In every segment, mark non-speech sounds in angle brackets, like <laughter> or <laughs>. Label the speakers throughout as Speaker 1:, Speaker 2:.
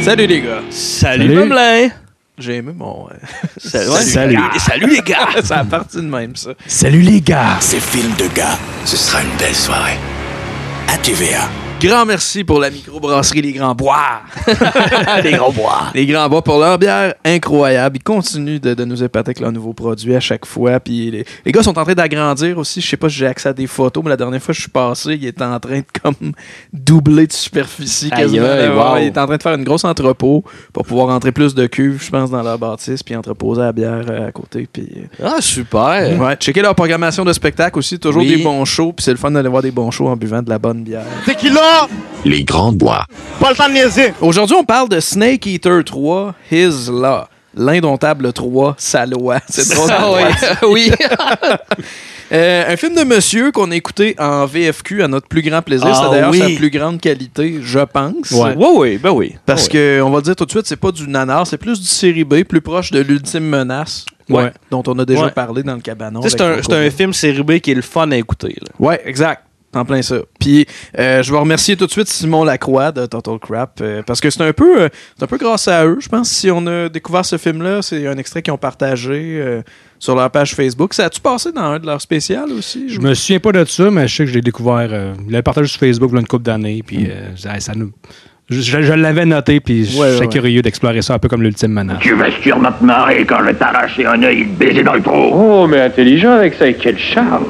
Speaker 1: Salut les gars. Salut,
Speaker 2: Salut.
Speaker 1: Pomelin. J'ai aimé mon. euh,
Speaker 2: Salut. Salut.
Speaker 1: gars. Salut les gars. <laughs> ça a parti de même, ça.
Speaker 2: Salut les gars!
Speaker 3: Ces films de gars, ce sera une belle soirée. À TVA.
Speaker 1: Grand merci pour la microbrasserie Les Grands Bois.
Speaker 3: Ah, Les gros bois.
Speaker 1: Les Grands Bois pour leur bière incroyable. Ils continuent de, de nous épater avec leurs nouveaux produits à chaque fois. Puis les, les gars sont en train d'agrandir aussi. Je sais pas si j'ai accès à des photos, mais la dernière fois que je suis passé, il était en train de comme <laughs> doubler de superficie.
Speaker 2: Aïe,
Speaker 1: quasiment.
Speaker 2: aïe,
Speaker 1: Ouais,
Speaker 2: wow.
Speaker 1: Il est en train de faire une grosse entrepôt pour pouvoir entrer plus de cuves, je pense, dans leur bâtisse, puis entreposer la bière euh, à côté. Puis euh,
Speaker 2: Ah, super!
Speaker 1: Ouais, checker leur programmation de spectacle aussi, toujours
Speaker 2: Oui.
Speaker 1: des bons shows, puis c'est le fun d'aller voir des bons shows en buvant de la bonne bière.
Speaker 4: Tequila,
Speaker 3: Les grands bois.
Speaker 4: pas le temps de niaiser.
Speaker 1: Aujourd'hui, on parle de Snake Eater 3, His Law. L'indomptable 3, sa loi. <laughs> C'est drôle.
Speaker 2: Ah
Speaker 1: ouais.
Speaker 2: <laughs> oui.
Speaker 1: <laughs> Euh, un film de monsieur qu'on a écouté en VFQ à notre plus grand plaisir.
Speaker 2: Ah
Speaker 1: c'est d'ailleurs
Speaker 2: oui.
Speaker 1: sa plus grande qualité, je pense.
Speaker 2: Ouais. ouais, ouais, ben oui.
Speaker 1: Parce
Speaker 2: Ouais.
Speaker 1: que, on va le dire tout de suite, c'est pas du nanar, c'est plus du série B, plus proche de l'ultime menace.
Speaker 2: Ouais.
Speaker 1: Dont on a déjà
Speaker 2: Ouais.
Speaker 1: parlé dans le cabanon.
Speaker 2: Tu sais, c'est
Speaker 1: avec
Speaker 2: un, c'est
Speaker 1: Coco.
Speaker 2: un film série B qui est le fun à écouter. là.
Speaker 1: Ouais, exact. En plein ça. Puis euh, je vais remercier tout de suite Simon Lacroix de Total Crap euh, parce que c'est un peu euh, c'est un peu grâce à eux, je pense si on a découvert ce film là, c'est un extrait qu'ils ont partagé euh, sur leur page Facebook. Ça a-tu passé dans un de leurs spéciales aussi
Speaker 5: Je me souviens pas de ça, mais je sais que je l'ai découvert. euh, il l'avait partagé sur Facebook il y a une couple d'années. Puis euh, ça, ça nous. Je, je- je l'avais noté, puis je
Speaker 1: Hmm. Ouais,
Speaker 5: j'étais
Speaker 1: ouais.
Speaker 5: curieux d'explorer ça un peu comme l'ultime manage.
Speaker 6: Tu vas sûrement te marrer quand je vais t'arracher un œil et te baiser dans le trou.
Speaker 7: Oh, mais intelligent avec ça, et quel charme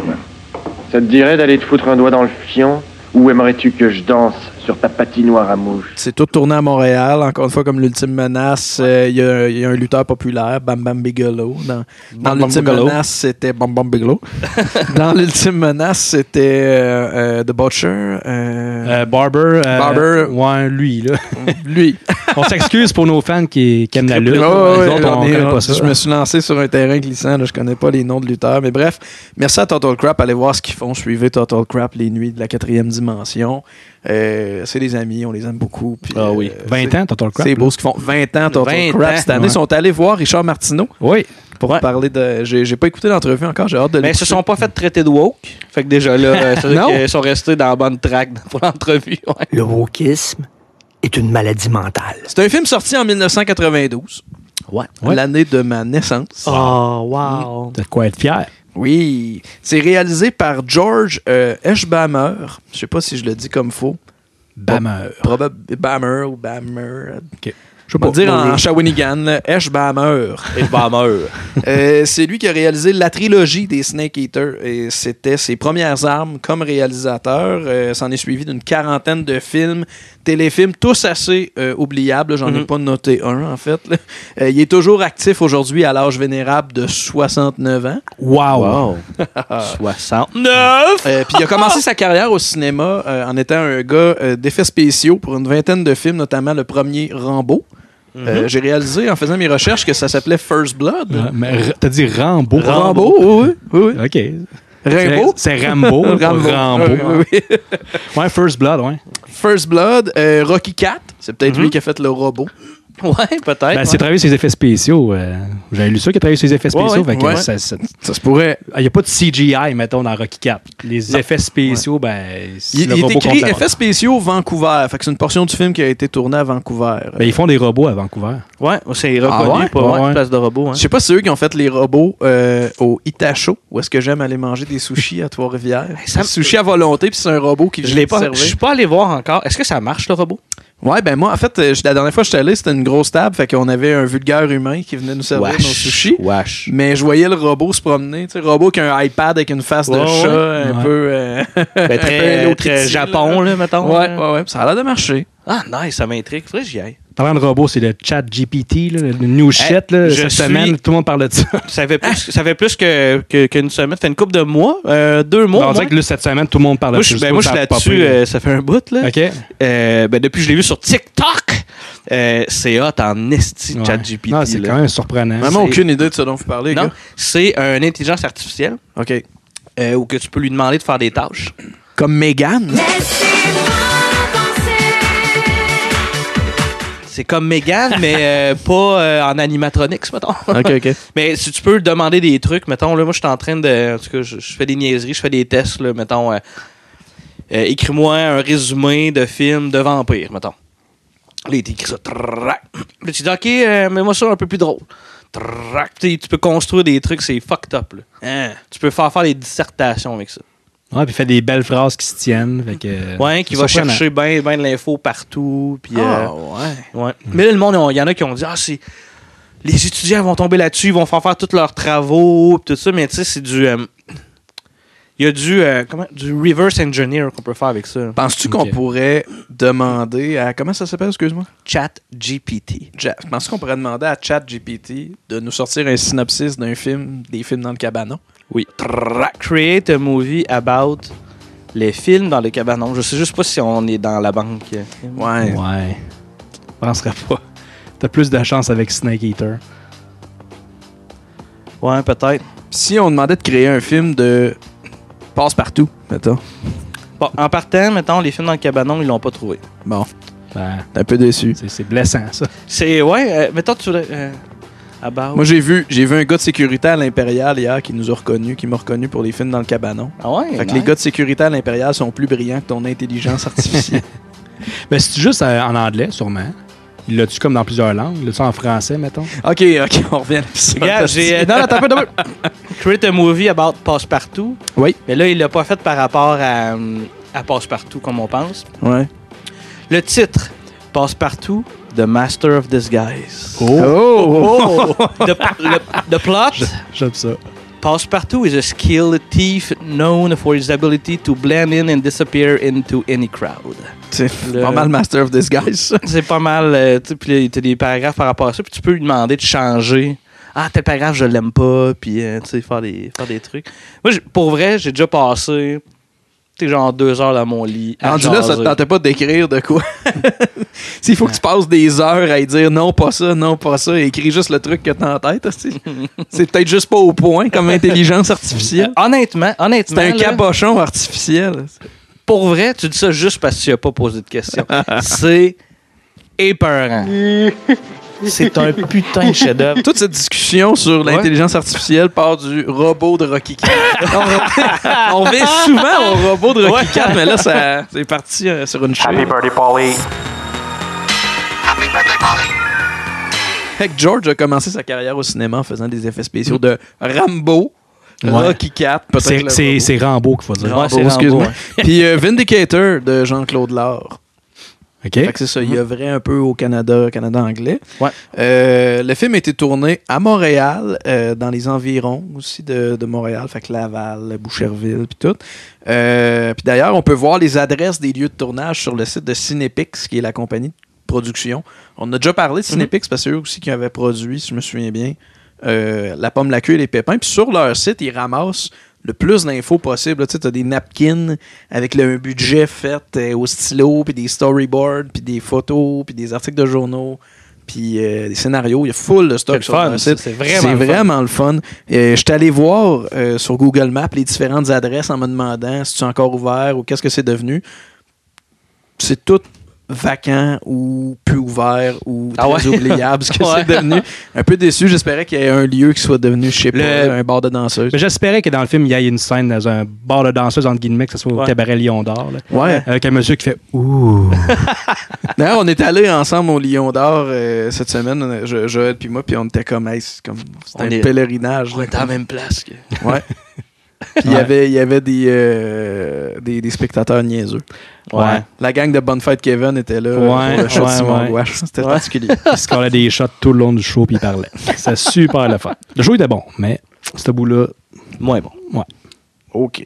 Speaker 7: Ça te dirait d'aller te foutre un doigt dans le fion Ou aimerais-tu que je danse sur ta patinoire à mouche
Speaker 1: C'est tout tourné à Montréal, encore une fois comme l'ultime menace. Euh, Il y a- il y, a un lutteur populaire, Bam Bam Bigelow. Dans, dans
Speaker 2: Bam
Speaker 1: l'ultime
Speaker 2: Bigelow.
Speaker 1: menace, c'était Bam Bam Bigelow. <laughs> dans l'ultime menace, c'était euh, euh, The Butcher. euh,
Speaker 5: Euh, Barber. euh,
Speaker 1: Barber.
Speaker 5: Ouais, lui, là. <laughs>
Speaker 1: lui.
Speaker 5: On s'excuse pour nos fans qui, qui aiment la lutte.
Speaker 1: Ah, Ouais,
Speaker 5: Nous
Speaker 1: ouais,
Speaker 5: autres, on
Speaker 1: on est-
Speaker 5: connaît
Speaker 1: on-
Speaker 5: pas ça.
Speaker 1: Je me suis lancé sur un terrain glissant. là, je connais pas les noms de lutteurs. Mais bref, merci à Total Crap. Allez voir ce qu'ils font. Suivez Total Crap les nuits de la quatrième dimension. Euh, c'est des amis. On les aime beaucoup. puis,
Speaker 2: Ah oui.
Speaker 1: euh,
Speaker 5: 20 ans, Total
Speaker 1: c'est-
Speaker 5: Crap.
Speaker 1: C'est beau ce qu'ils font. 20 ans, Total
Speaker 2: 20
Speaker 1: Crap
Speaker 2: ans.
Speaker 1: cette année.
Speaker 5: Ouais.
Speaker 1: Ils sont allés voir Richard Martineau
Speaker 5: Oui.
Speaker 1: pour
Speaker 2: Ouais.
Speaker 1: parler de. J'ai j'ai pas écouté l'entrevue encore, j'ai hâte de
Speaker 2: Mais ils
Speaker 1: l'écouter.
Speaker 2: se sont pas fait traiter de woke. Fait que déjà là, euh, <laughs> c'est
Speaker 1: Non.
Speaker 2: vrai qu'ils sont restés dans la bonne track <laughs> pour l'entrevue. ouais.
Speaker 8: Le wokisme est une maladie mentale.
Speaker 1: C'est un film sorti en 1992.
Speaker 5: Ouais.
Speaker 1: L'année de ma naissance.
Speaker 8: Oh,
Speaker 9: Mm.
Speaker 8: wow.
Speaker 5: T'as de quoi être fier.
Speaker 1: Ah. Oui, c'est réalisé par George euh, Eschbamer. Je sais pas si je le dis comme faux.
Speaker 5: Bammer.
Speaker 1: Probable Bammer ou Bammer. euh,
Speaker 5: Ok.
Speaker 1: Je vais pas
Speaker 5: Bon,
Speaker 1: le dire
Speaker 5: bon,
Speaker 1: en
Speaker 5: oui.
Speaker 1: Shawinigan, là, Esh Bammer. <laughs>
Speaker 2: Et le bameur.
Speaker 1: Euh, c'est lui qui a réalisé la trilogie des Snake Eater et c'était ses premières armes comme réalisateur. Euh, S'en est suivi d'une quarantaine de films, téléfilms, tous assez euh, oubliables. J'en ai pas noté un en fait. là. Euh, il est toujours actif aujourd'hui à l'âge vénérable de 69 ans.
Speaker 5: Wow.
Speaker 2: 69!
Speaker 1: Euh, puis il a commencé sa carrière au cinéma euh, en étant un gars euh, d'effets spéciaux pour une vingtaine de films, notamment le premier Rambo. Euh,
Speaker 2: Mhm.
Speaker 1: J'ai réalisé en faisant mes recherches que ça s'appelait First Blood.
Speaker 5: Ouais, Euh, mais r- T'as dit Rambo.
Speaker 1: Rambo, oui, oui, oui.
Speaker 5: OK.
Speaker 1: oui. Rambo.
Speaker 5: C'est c'est Rambo.
Speaker 1: <laughs>
Speaker 5: pas
Speaker 1: Rambo.
Speaker 5: Rambo.
Speaker 1: Oui, oui, oui.
Speaker 5: Ouais, First Blood, ouais.
Speaker 1: First Blood, euh, Rocky Cat, c'est peut-être lui qui a fait le robot.
Speaker 2: Mhm. Ouais, peut-être.
Speaker 5: Ben, c'est
Speaker 2: ouais.
Speaker 5: travaillé sur les effets spéciaux. euh, J'avais lu ça qui a travaillé sur les effets
Speaker 2: Ouais,
Speaker 5: spéciaux.
Speaker 2: ouais,
Speaker 5: fait que
Speaker 1: ouais.
Speaker 5: ça- ça-
Speaker 1: Ça se pourrait.
Speaker 5: Il n'y a pas de CGI, mettons, dans Rocky Cap. Les effets spéciaux, ben. c'est
Speaker 1: Il,
Speaker 5: le
Speaker 1: il est
Speaker 5: robot
Speaker 1: écrit
Speaker 5: contre la
Speaker 1: effets spéciaux Vancouver. Fait que c'est une portion du film qui a été tournée à Vancouver.
Speaker 5: montre. Ben, ils font des robots à Vancouver.
Speaker 2: Ouais, c'est
Speaker 1: Ah
Speaker 2: reconnu
Speaker 1: ouais?
Speaker 2: pour
Speaker 5: Ouais,
Speaker 2: ouais,
Speaker 5: ouais.
Speaker 2: place de robot. Hein.
Speaker 1: Je sais pas si c'est eux qui ont fait les robots euh, au Itacho, où est-ce que j'aime aller manger des sushis à Trois-Rivières.
Speaker 2: ça me-
Speaker 1: Sushi à volonté, puis c'est un robot qui
Speaker 2: Je
Speaker 1: vient
Speaker 2: l'ai
Speaker 1: te
Speaker 2: pas. Je
Speaker 1: servir.
Speaker 2: suis pas allé voir encore. Est-ce que ça marche le robot?
Speaker 1: Ouais, ben moi, en fait, euh, je- la dernière fois que j'étais allé, c'était une grosse table, fait qu'on avait un vulgaire humain qui venait nous servir nos sushis.
Speaker 2: Wesh.
Speaker 1: Mais je voyais le robot se promener, tu sais, le robot qui a un iPad avec une face de
Speaker 2: Ouais,
Speaker 1: chat, un
Speaker 5: Ouais.
Speaker 1: peu. euh,
Speaker 2: <laughs> Ben,
Speaker 1: un peu
Speaker 2: très,
Speaker 1: Hello
Speaker 2: très
Speaker 1: Kitty,
Speaker 2: Japon, là, mettons.
Speaker 1: <laughs> Ouais, ouais, ouais, ça a l'air de marcher.
Speaker 2: Ah, nice, ça m'intrigue. Faudrait que j'y aille.
Speaker 5: Parlant de robots, c'est le chat GPT, là, le new shit. là,
Speaker 2: Eh, je
Speaker 5: cette
Speaker 2: suis-
Speaker 5: semaine, tout le monde parle de ça.
Speaker 2: Ça fait plus, ça fait plus que, que- qu'une semaine. Ça fait une couple de mois. euh, deux mois.
Speaker 5: on
Speaker 2: au moins.
Speaker 5: dirait que là, cette semaine, tout le monde parle
Speaker 2: Moi,
Speaker 5: de ça.
Speaker 2: je, ben, moi, je suis
Speaker 5: Ça a
Speaker 2: là-dessus.
Speaker 5: popé, là.
Speaker 2: euh, ça fait un bout, là.
Speaker 5: OK.
Speaker 2: Euh, ben, depuis que je l'ai vu sur TikTok, euh, c'est hot en esti,
Speaker 5: Ouais.
Speaker 2: ChatGPT.
Speaker 5: Non, c'est
Speaker 2: là.
Speaker 5: quand même surprenant.
Speaker 1: Vraiment
Speaker 2: C'est-
Speaker 1: aucune idée de ce dont vous parlez, les
Speaker 2: Non,
Speaker 1: gars.
Speaker 2: c'est une intelligence artificielle
Speaker 1: OK.
Speaker 2: euh, où que tu peux lui demander de faire des tâches.
Speaker 1: Comme Megan.
Speaker 2: C'est comme Megan, mais euh, pas euh, en animatronics, mettons.
Speaker 1: <laughs>
Speaker 5: <laughs>
Speaker 1: OK, <laughs> OK.
Speaker 2: Mais si tu peux demander des trucs, mettons, là, moi, je suis en train de. En tout cas, je, je fais des niaiseries, je fais des tests, là, mettons. euh, euh, Écris-moi un résumé de film de vampire, mettons. Là, il t'écrit ça. Trrrac. Là, tu dis, OK, euh, mets-moi ça un peu plus drôle. Trrrac. Tu sais, tu peux construire des trucs, c'est fucked up. là. Hein? Tu peux faire faire des dissertations avec ça.
Speaker 5: Ouais, puis il fait des belles phrases qui se tiennent. Fait que,
Speaker 2: Ouais, qui
Speaker 5: c'est
Speaker 2: va
Speaker 5: surprenant.
Speaker 2: chercher bien de l'info partout. Puis, euh,
Speaker 1: Ah, ouais.
Speaker 2: Ouais. Mais là, le monde, il y en a qui ont dit Ah, c'est. Les étudiants vont tomber là-dessus, ils vont faire faire tous leurs travaux, pis tout ça, mais tu sais, c'est du. euh, Il y a du. euh, comment Du reverse engineer qu'on peut faire avec ça.
Speaker 1: Penses-tu qu'on
Speaker 5: Ok.
Speaker 1: pourrait demander à. Comment ça s'appelle, excuse-moi
Speaker 2: Chat GPT.
Speaker 1: Ja- Je pense qu'on pourrait demander à ChatGPT de nous sortir un synopsis d'un film, des films dans le cabanon.
Speaker 2: Oui. Trrrrac. Create a movie about les films dans le cabanon. Je sais juste pas si on est dans la banque.
Speaker 1: Ouais.
Speaker 5: Ouais. Je penserais pas. T'as plus de chance avec Snake Eater.
Speaker 2: Ouais, peut-être.
Speaker 1: Si on demandait de créer un film de passe-partout, mettons.
Speaker 2: Bon, en partant, mettons, les films dans le cabanon, ils l'ont pas trouvé.
Speaker 1: Bon,
Speaker 5: Ben,
Speaker 1: t'es un peu déçu.
Speaker 5: c'est c'est blessant, ça.
Speaker 2: C'est. Ouais, euh, mettons, tu voulais. euh, about.
Speaker 1: Moi, j'ai vu, j'ai vu un gars de sécurité à l'Impérial hier qui nous a reconnus, qui m'a reconnu pour les films dans le cabanon.
Speaker 2: ah ouais,
Speaker 1: Fait que
Speaker 2: nice.
Speaker 1: les gars de sécurité à l'Impérial sont plus brillants que ton intelligence artificielle.
Speaker 5: Mais c'est juste euh, en anglais, sûrement. Il l'a-tu comme dans plusieurs langues? Il l'a-tu en français, mettons?
Speaker 1: <laughs> ok, ok, on revient à l'épisode.
Speaker 2: Regarde, j'ai. euh, non, non, t'as pas de <laughs> Create a movie about Passepartout.
Speaker 1: Oui.
Speaker 2: Mais là, il l'a pas fait par rapport à, euh, à Passepartout, comme on pense.
Speaker 1: Ouais.
Speaker 2: Le titre Passepartout, The Master of Disguise. Oh. <laughs> The, le- the plot
Speaker 5: J'aime ça.
Speaker 2: Passepartout is a skilled thief known for his ability to blend in and disappear into any crowd.
Speaker 1: C'est
Speaker 2: Le-
Speaker 1: pas mal Master of Disguise, ça.
Speaker 2: C'est pas mal. euh, tu sais, Puis là, t'as des paragraphes par rapport à ça. Puis tu peux lui demander de changer. Ah, tel paragraphe, je l'aime pas. Puis, euh, tu sais, faire des, faire des trucs. Moi, j'ai- pour vrai, j'ai déjà passé, tu sais, genre deux heures dans mon lit. à
Speaker 1: Rendu là, ça
Speaker 2: jaser.
Speaker 1: te tentait pas de d'écrire de
Speaker 5: <laughs>
Speaker 1: quoi. S'il faut que tu passes des heures à y dire non, pas ça, non, pas ça, et écris juste le truc que t'as en tête. tu
Speaker 5: <laughs>
Speaker 1: sais. C'est peut-être juste pas au point comme intelligence
Speaker 2: Euh,
Speaker 5: <laughs>
Speaker 1: artificielle.
Speaker 2: honnêtement, honnêtement.
Speaker 1: C'est un
Speaker 2: là,
Speaker 5: hein?
Speaker 1: cabochon artificiel.
Speaker 2: Pour vrai, tu dis ça juste parce que tu as pas posé
Speaker 1: <laughs>
Speaker 2: de questions. C'est épeurant. <laughs> C'est un putain de chef-d'œuvre.
Speaker 1: Toute cette discussion sur l'intelligence artificielle part du robot de Rocky IV.
Speaker 5: <laughs>
Speaker 1: on revient souvent au robot de Rocky IV, mais là, ça- c'est parti euh, sur une chaîne. Fait que George a commencé sa carrière au cinéma en faisant des effets spéciaux de Rambo,
Speaker 5: Ouais.
Speaker 1: Rocky IV, peut-être
Speaker 5: C'est-
Speaker 1: le
Speaker 5: C'est
Speaker 1: robot.
Speaker 5: c'est Rambo qu'il faut dire.
Speaker 2: Ouais,
Speaker 1: Rambo,
Speaker 2: Ah, c'est hein. Rambo,
Speaker 1: excuse-moi.
Speaker 2: ouais.
Speaker 1: Puis euh, Vindicator de Jean-Claude Laure.
Speaker 5: OK?
Speaker 1: Fait que c'est ça, il œuvrait un peu au Canada, Canada anglais.
Speaker 2: Mm-hmm. Ouais.
Speaker 1: Euh, le film a été tourné à Montréal, euh, dans les environs aussi de, de Montréal, fait que Laval, Boucherville, puis tout. Euh, puis d'ailleurs, on peut voir les adresses des lieux de tournage sur le site de Cinepix, qui est la compagnie de production. On a déjà parlé
Speaker 2: Mhm.
Speaker 1: de Cinepix parce que c'est eux aussi qui avaient produit, si je me souviens bien, euh, La pomme, la queue et les pépins. Puis sur leur site, ils ramassent le plus d'infos possible. là. Tu sais, t'as des napkins avec le, un budget fait euh, au stylo, puis des storyboards, puis des photos, puis des articles de journaux, puis euh, des scénarios. Il y a full de
Speaker 2: C'est
Speaker 1: stock
Speaker 2: le
Speaker 1: sur
Speaker 2: fun,
Speaker 1: leur
Speaker 2: ça.
Speaker 1: site.
Speaker 2: C'est vraiment
Speaker 1: C'est
Speaker 2: le fun.
Speaker 1: vraiment le fun. Euh, J'étais allé voir euh, sur Google Maps les différentes adresses en me demandant si c'est encore ouvert ou qu'est-ce que c'est devenu. C'est tout vacant ou plus ouvert ou très
Speaker 2: Ah ouais?
Speaker 1: oubliable
Speaker 2: <laughs>
Speaker 1: ce que
Speaker 2: Ouais.
Speaker 1: c'est devenu. Un peu déçu, j'espérais qu'il y ait un lieu qui soit devenu, je sais
Speaker 2: Le-
Speaker 1: pas, un bar de danseuse.
Speaker 5: Mais J'espérais que dans le film, il y ait une scène dans un bar de danseuse, entre guillemets, que ce soit au
Speaker 2: Ouais.
Speaker 5: cabaret Lion d'Or. là,
Speaker 2: <laughs>
Speaker 1: Ouais.
Speaker 5: Avec un monsieur qui fait Ouh.
Speaker 1: D'ailleurs, on est allé ensemble au Lion d'Or euh, cette semaine, euh, Jo- Joël puis moi, puis on était comme, hey, c'est comme c'était
Speaker 2: On
Speaker 1: un
Speaker 2: est-
Speaker 1: pèlerinage.
Speaker 2: On
Speaker 1: là,
Speaker 2: est à la même place que.
Speaker 1: comme-
Speaker 2: <laughs>
Speaker 1: ouais. Puis il y avait, il y avait des, euh, des, des spectateurs niaiseux.
Speaker 5: Ouais.
Speaker 1: La gang de Bonne Fête Kevin était là
Speaker 5: Ouais,
Speaker 1: pour le show de
Speaker 5: ouais,
Speaker 1: Simon
Speaker 5: ouais.
Speaker 1: Gouache. C'était particulier.
Speaker 5: Il se collait des shots tout le long du show puis il parlait. C'était super le fun. Le show était bon, mais ce bout-là,
Speaker 2: Moins bon.
Speaker 5: ouais.
Speaker 1: OK.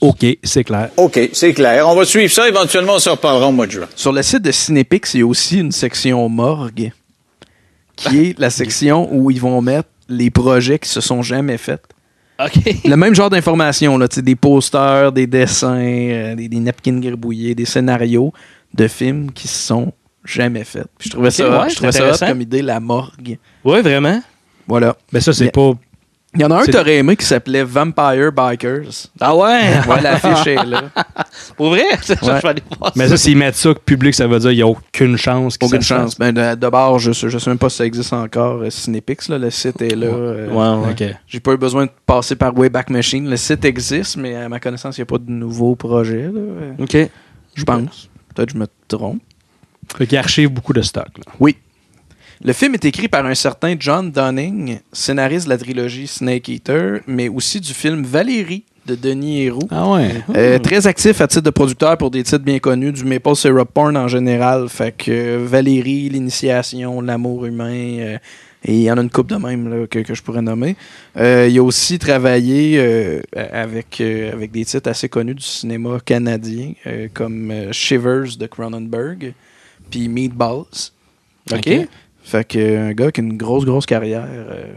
Speaker 5: OK, c'est clair.
Speaker 4: OK, c'est clair. On va suivre ça. Éventuellement, on se reparlera au mois de juin.
Speaker 1: Sur le site de Cinépix, il y a aussi une section morgue, qui est la section où ils vont mettre les projets qui se sont jamais faits.
Speaker 2: OK.
Speaker 1: Le même genre d'informations, là, tu sais, des posters, des dessins, euh, des, des napkins gribouillés, des scénarios de films qui se sont jamais faits. Puis je trouvais ça,
Speaker 2: ouais,
Speaker 1: je trouvais
Speaker 2: c'est
Speaker 1: ça hot
Speaker 2: intéressant.
Speaker 1: comme idée, la morgue.
Speaker 2: Ouais, vraiment.
Speaker 1: Voilà.
Speaker 5: Mais ça, c'est
Speaker 1: Mais-
Speaker 5: pas.
Speaker 1: Il y en a un que
Speaker 5: C'est-
Speaker 1: t'aurais aimé qui s'appelait Vampire
Speaker 2: <laughs>
Speaker 1: Bikers.
Speaker 2: Ah
Speaker 1: <laughs>
Speaker 2: ouais.
Speaker 1: Ouais, l'affiche est là.
Speaker 2: Pour vrai, <laughs> je
Speaker 1: Ouais.
Speaker 2: vais aller voir
Speaker 5: Mais ça, s'ils mettent ça public, ça veut dire qu'il n'y a aucune chance. que
Speaker 1: Aucune
Speaker 5: ça se
Speaker 1: chance. Ben, de, de bord, je sais, je sais même pas si ça existe encore, euh, Cinépix, là, le site est là. euh,
Speaker 5: fasse.
Speaker 2: Ouais, ouais.
Speaker 5: OK.
Speaker 1: J'ai pas eu besoin de passer par Wayback Machine. Le site existe, mais à ma euh, connaissance, il n'y a pas de nouveau projet. là.
Speaker 2: OK.
Speaker 1: Je pense. Peut-être que je me trompe.
Speaker 5: Fait qu'il archive beaucoup de stock. là.
Speaker 1: Oui. Le film est écrit par un certain John Dunning, scénariste de la trilogie Snake Eater, mais aussi du film Valérie de Denis Héroux.
Speaker 5: Ah ouais.
Speaker 1: Euh, très actif à titre de producteur pour des titres bien connus du Maple Syrup Porn en général. Fait que euh, Valérie, L'Initiation, L'Amour Humain, euh, et il y en a une coupe de même là, que, que je pourrais nommer. Euh, il a aussi travaillé euh, avec, euh, avec des titres assez connus du cinéma canadien, euh, comme euh, Shivers de Cronenberg, puis Meatballs. OK?
Speaker 5: OK.
Speaker 1: Fait que euh, un gars qui a une grosse, grosse carrière. euh,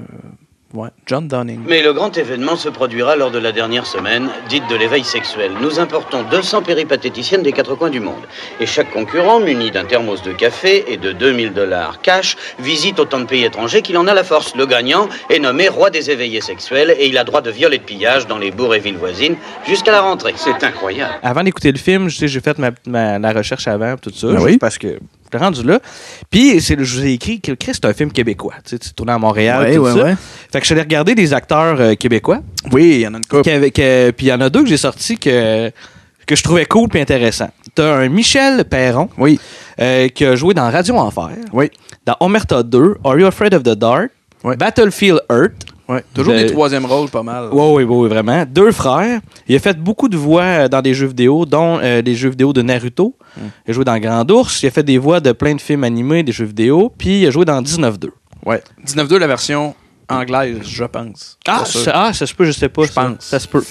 Speaker 1: ouais, John Dunning.
Speaker 10: Mais le grand événement se produira lors de la dernière semaine, dite de l'éveil sexuel. Nous importons 200 péripatéticiennes des quatre coins du monde. Et chaque concurrent, muni d'un thermos de café et de 2000 dollars cash, visite autant de pays étrangers qu'il en a la force. Le gagnant est nommé roi des éveillés sexuels et il a droit de viol et de pillage dans les bourgs et villes voisines jusqu'à la rentrée. C'est incroyable.
Speaker 2: Avant d'écouter le film, je sais, j'ai fait ma, ma- la recherche avant, tout ça,
Speaker 1: Ah
Speaker 2: juste
Speaker 1: oui?
Speaker 2: parce que je l'ai rendu là. Puis, c'est, le- je vous ai écrit que Chris, c'est un film québécois. Tu sais, tu tournes à Montréal,
Speaker 1: Ouais,
Speaker 2: tout
Speaker 1: ouais,
Speaker 2: ça.
Speaker 1: ouais.
Speaker 2: Fait que je suis allé regarder des acteurs euh, québécois.
Speaker 1: Oui, il y en a une coupe.
Speaker 2: qui avait- que- puis il y en a deux que j'ai sortis que, que je trouvais cool et intéressant. T'as un Michel Perron
Speaker 1: Oui,
Speaker 2: euh, qui a joué dans Radio Enfer,
Speaker 1: oui.
Speaker 2: dans Omerta 2, Are You Afraid of the Dark,
Speaker 1: Ouais.
Speaker 2: Battlefield Earth.
Speaker 1: Ouais. Ben, Toujours
Speaker 2: De-
Speaker 1: des troisième rôles, pas mal.
Speaker 2: Oui, oui, oui, vraiment. Deux frères. Il a fait beaucoup de voix euh, dans des jeux vidéo, dont euh, les jeux vidéo de Naruto.
Speaker 1: Hmm.
Speaker 2: Il a joué dans Grand Ours. Il a fait des voix de plein de films animés, des jeux vidéo. Puis il a joué dans 19-2.
Speaker 1: Ouais. 19-2, la version anglaise, je pense.
Speaker 2: Ah,
Speaker 1: Pas sûr.
Speaker 2: ça, ah, ça se peut, je sais pas.
Speaker 1: Je
Speaker 2: ça.
Speaker 1: pense.
Speaker 2: Ça se peut.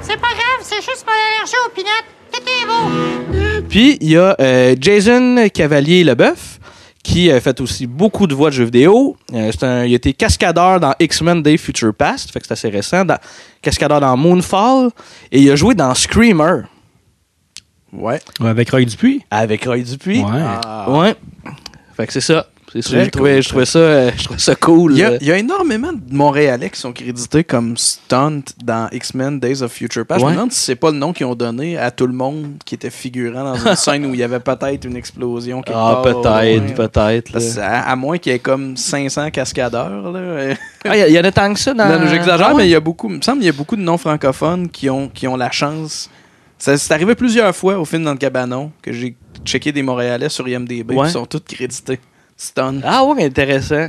Speaker 11: C'est pas grave, c'est juste mon allergie aux pinottes. Quittez-vous.
Speaker 2: Puis il y a euh, Jason Cavalier Leboeuf qui a fait aussi beaucoup de voix de jeux vidéo. Euh, c'est un- il a été cascadeur dans X-Men Day Future Past, fait que c'est assez récent. dans- cascadeur dans Moonfall. Et il a joué dans Screamer
Speaker 1: Ouais.
Speaker 5: Ouais, Avec Roy Dupuis.
Speaker 2: avec Roy Dupuis.
Speaker 5: Ouais.
Speaker 2: Ouais. Fait que c'est ça. C'est ça.
Speaker 1: Très
Speaker 2: Je trouvais,
Speaker 1: cool.
Speaker 2: je trouvais ça, euh, je trouvais ça cool.
Speaker 1: Il y,
Speaker 2: euh.
Speaker 1: a, il y a énormément de Montréalais qui sont crédités comme stunt dans X-Men Days of Future Past.
Speaker 2: Ouais.
Speaker 1: Je me demande si c'est pas le nom qu'ils ont donné à tout le monde qui était figurant dans
Speaker 2: <laughs>
Speaker 1: une scène où il y avait peut-être une explosion. quelque
Speaker 2: Ah,
Speaker 1: part.
Speaker 2: peut-être,
Speaker 1: Ouais.
Speaker 2: peut-être.
Speaker 1: Parce que
Speaker 2: là.
Speaker 1: À, à moins qu'il y ait comme 500 cascadeurs. Là.
Speaker 2: Ah, il y, a- il y en a tant que ça dans.
Speaker 1: Non, J'exagère,
Speaker 2: Ah ouais?
Speaker 1: mais il y a beaucoup. Il me semble qu'il y a beaucoup de non francophones qui ont, qui ont la chance. Ça- C'est arrivé plusieurs fois au film dans le cabanon que j'ai checké des Montréalais sur IMDb
Speaker 2: Ouais.
Speaker 1: qui sont tous crédités. Stun.
Speaker 2: Ah, ouais, intéressant.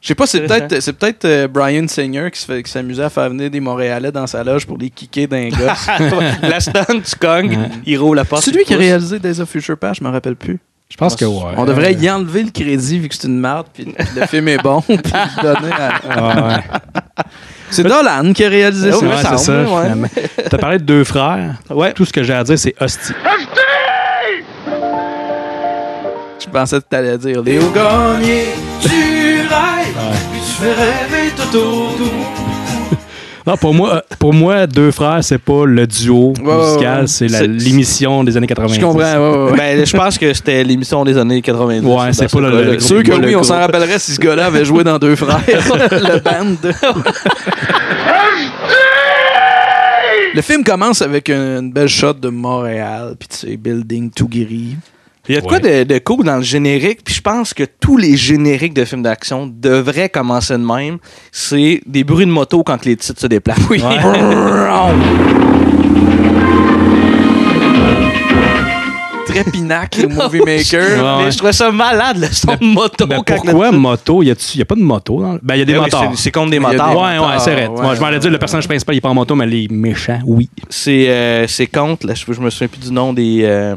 Speaker 1: Je sais pas, c'est
Speaker 2: Intéressant.
Speaker 1: peut-être c'est peut-être euh, Brian Singer qui se fait- qui s'amusait à faire venir des Montréalais dans sa loge pour les kicker d'un gosse.
Speaker 2: Ah, <laughs> la stand du Kong, il roule la porte.
Speaker 1: c'est
Speaker 2: il
Speaker 1: lui qui a
Speaker 2: pousse.
Speaker 1: réalisé Days of Future Past, je m'en rappelle plus.
Speaker 5: Je pense que ouais.
Speaker 1: On devrait y enlever le crédit vu que c'est une merde puis le film est bon puis le donner à-
Speaker 5: Ah, ouais.
Speaker 1: C'est Dolan qui a réalisé
Speaker 2: Oh,
Speaker 1: ça.
Speaker 5: Ouais,
Speaker 2: me
Speaker 5: <laughs> c'est
Speaker 2: semble,
Speaker 5: ça,
Speaker 2: ouais.
Speaker 5: finalement. T'as parlé de deux frères.
Speaker 2: Ouais.
Speaker 5: Tout ce que j'ai à dire, c'est hostie.
Speaker 1: Je pensais que t'allais dire Léo Gagné, tu rêves, puis tu fais rêver tout autour.
Speaker 5: Non, pour moi, euh, pour moi, deux frères, c'est pas le duo
Speaker 1: Ouais, ouais, ouais.
Speaker 5: musical, c'est la-
Speaker 2: C'est-
Speaker 5: l'émission des années 90.
Speaker 1: Je comprends, ouais, ouais, ouais.
Speaker 2: Ben, je pense que c'était l'émission des années 90.
Speaker 5: Ouais,
Speaker 2: Dans
Speaker 5: c'est pas
Speaker 2: ce
Speaker 5: le-
Speaker 2: cas-là.
Speaker 5: le-
Speaker 1: Ceux que
Speaker 5: Pas
Speaker 1: oui, on
Speaker 5: groupe.
Speaker 1: s'en rappellerait si ce gars-là avait joué dans Deux Frères, le band. le film commence avec une belle shot de Montréal, puis tu sais, building tout gris.
Speaker 2: Il y a de quoi de, de cool dans le générique, puis je pense que tous les génériques de films d'action devraient commencer de même. C'est des bruits de moto quand les titres se déplacent. Oui. <laughs>
Speaker 1: Très pinacle, le movie maker.
Speaker 5: Ouais, ouais.
Speaker 2: Mais je trouvais ça malade, le son de moto.
Speaker 5: Ben,
Speaker 2: quand
Speaker 5: pourquoi
Speaker 2: le-
Speaker 5: moto Y a-tu- y a pas de moto dans le- Ben, il y a des
Speaker 2: Ben oui,
Speaker 5: motards.
Speaker 2: c'est- C'est contre des
Speaker 1: y a des-
Speaker 2: motards.
Speaker 5: Ouais, ouais, c'est vrai.
Speaker 1: Ouais,
Speaker 5: Moi, je m'en allais dire,
Speaker 1: ouais.
Speaker 5: le personnage principal, il est pas en moto, mais les méchants, oui.
Speaker 2: C'est euh, c'est contre, là, je, je me souviens plus du nom des. euh,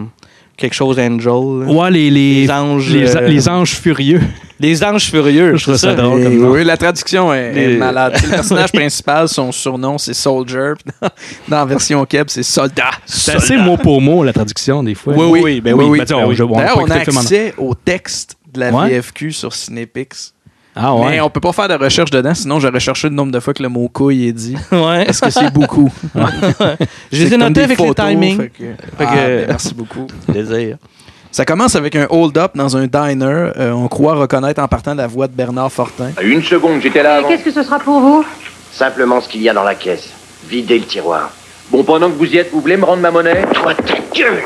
Speaker 2: quelque chose Angel. là.
Speaker 5: Ouais, les, les,
Speaker 2: Les anges,
Speaker 5: Les,
Speaker 2: euh,
Speaker 5: les anges furieux.
Speaker 2: Les anges furieux.
Speaker 5: Je trouve
Speaker 2: c'est
Speaker 5: ça drôle.
Speaker 1: Et
Speaker 5: comme nom.
Speaker 1: oui, la traduction est, est
Speaker 2: Les-
Speaker 1: malade. C'est Le personnage principal, son surnom, c'est Soldier. puis Dans, dans la version keb, c'est Soldat.
Speaker 5: C'est assez mot pour mot, la traduction, des fois.
Speaker 2: Oui, oui, ben oui,
Speaker 5: Ben, tu sais, on- je- on
Speaker 1: D'ailleurs,
Speaker 5: peut
Speaker 1: on a
Speaker 5: écouter le film en-
Speaker 1: accès au texte de la
Speaker 5: Ouais.
Speaker 1: VFQ sur Cinépix.
Speaker 5: Ah, ouais.
Speaker 1: Mais on peut pas faire de recherche dedans, sinon j'aurais cherché le nombre de fois que le mot couille est dit.
Speaker 2: Ouais.
Speaker 1: Est-ce que c'est beaucoup?
Speaker 2: Je les
Speaker 1: C'est
Speaker 2: ai
Speaker 1: comme
Speaker 2: notés
Speaker 1: des
Speaker 2: avec
Speaker 1: photos,
Speaker 2: les timings.
Speaker 1: fait que- Ah,
Speaker 2: Fait que-
Speaker 1: ben, merci beaucoup.
Speaker 2: Plaisir.
Speaker 1: Ça commence avec un hold-up dans un diner. Euh, on croit reconnaître en partant la voix de Bernard Fortin.
Speaker 3: À une seconde, j'étais là avant.
Speaker 11: Qu'est-ce que ce sera pour vous
Speaker 6: Simplement ce qu'il y a dans la caisse. Videz le tiroir.
Speaker 7: Bon, pendant que vous y êtes, vous voulez me rendre ma monnaie
Speaker 6: Toi, ta gueule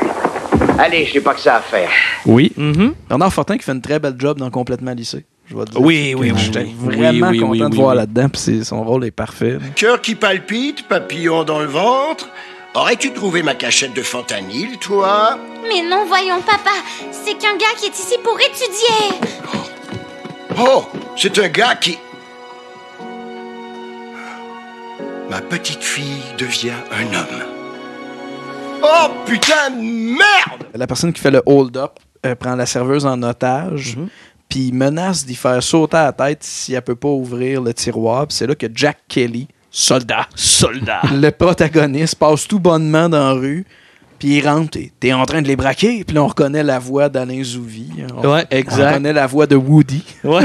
Speaker 6: Allez, j'ai pas que ça à faire.
Speaker 5: Oui.
Speaker 2: Mhm.
Speaker 1: Bernard Fortin qui fait une très belle job dans Complètement lycée. Je vais te dire.
Speaker 2: Oui, oui, oui.
Speaker 1: J'étais
Speaker 2: oui,
Speaker 1: vraiment
Speaker 2: oui, oui,
Speaker 1: content
Speaker 2: oui,
Speaker 1: de
Speaker 2: oui,
Speaker 1: voir
Speaker 2: oui.
Speaker 1: là-dedans. Puis c'est- son rôle est parfait.
Speaker 12: Cœur qui palpite, papillon dans le ventre. Aurais-tu trouvé ma cachette de fentanyl, toi
Speaker 11: Mais non, voyons, papa. C'est qu'un gars qui est ici pour étudier.
Speaker 12: Oh, c'est un gars qui... Ma petite fille devient un homme. Oh putain de merde
Speaker 1: La personne qui fait le hold-up euh, prend la serveuse en otage. Puis menace d'y faire sauter à la tête si elle peut pas ouvrir le tiroir. Puis c'est là que Jack Kelly, soldat,
Speaker 2: Soldat.
Speaker 1: le protagoniste passe tout bonnement dans la rue, puis il rentre, t'es, t'es en train de les braquer, puis là on reconnaît la voix d'Alain Zouvi. On,
Speaker 2: Ouais, exact.
Speaker 1: on reconnaît la voix de Woody.
Speaker 2: Ouais.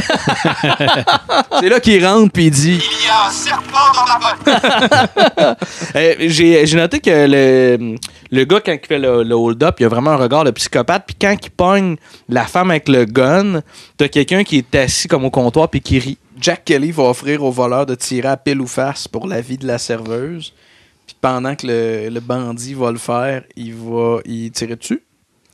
Speaker 1: <laughs> C'est là qu'il rentre, puis il dit
Speaker 12: Il y a un serpent dans la botte
Speaker 2: Euh, J'ai j'ai noté que le, le gars, quand il fait le, le hold-up, il a vraiment un regard de psychopathe. Puis quand il pogne la femme avec le gun, t'as quelqu'un qui est assis comme au comptoir puis qui rit.
Speaker 1: Jack Kelly va offrir au voleur de tirer à pile ou face pour la vie de la serveuse. Puis pendant que le, le bandit va le faire, il va y tirer dessus.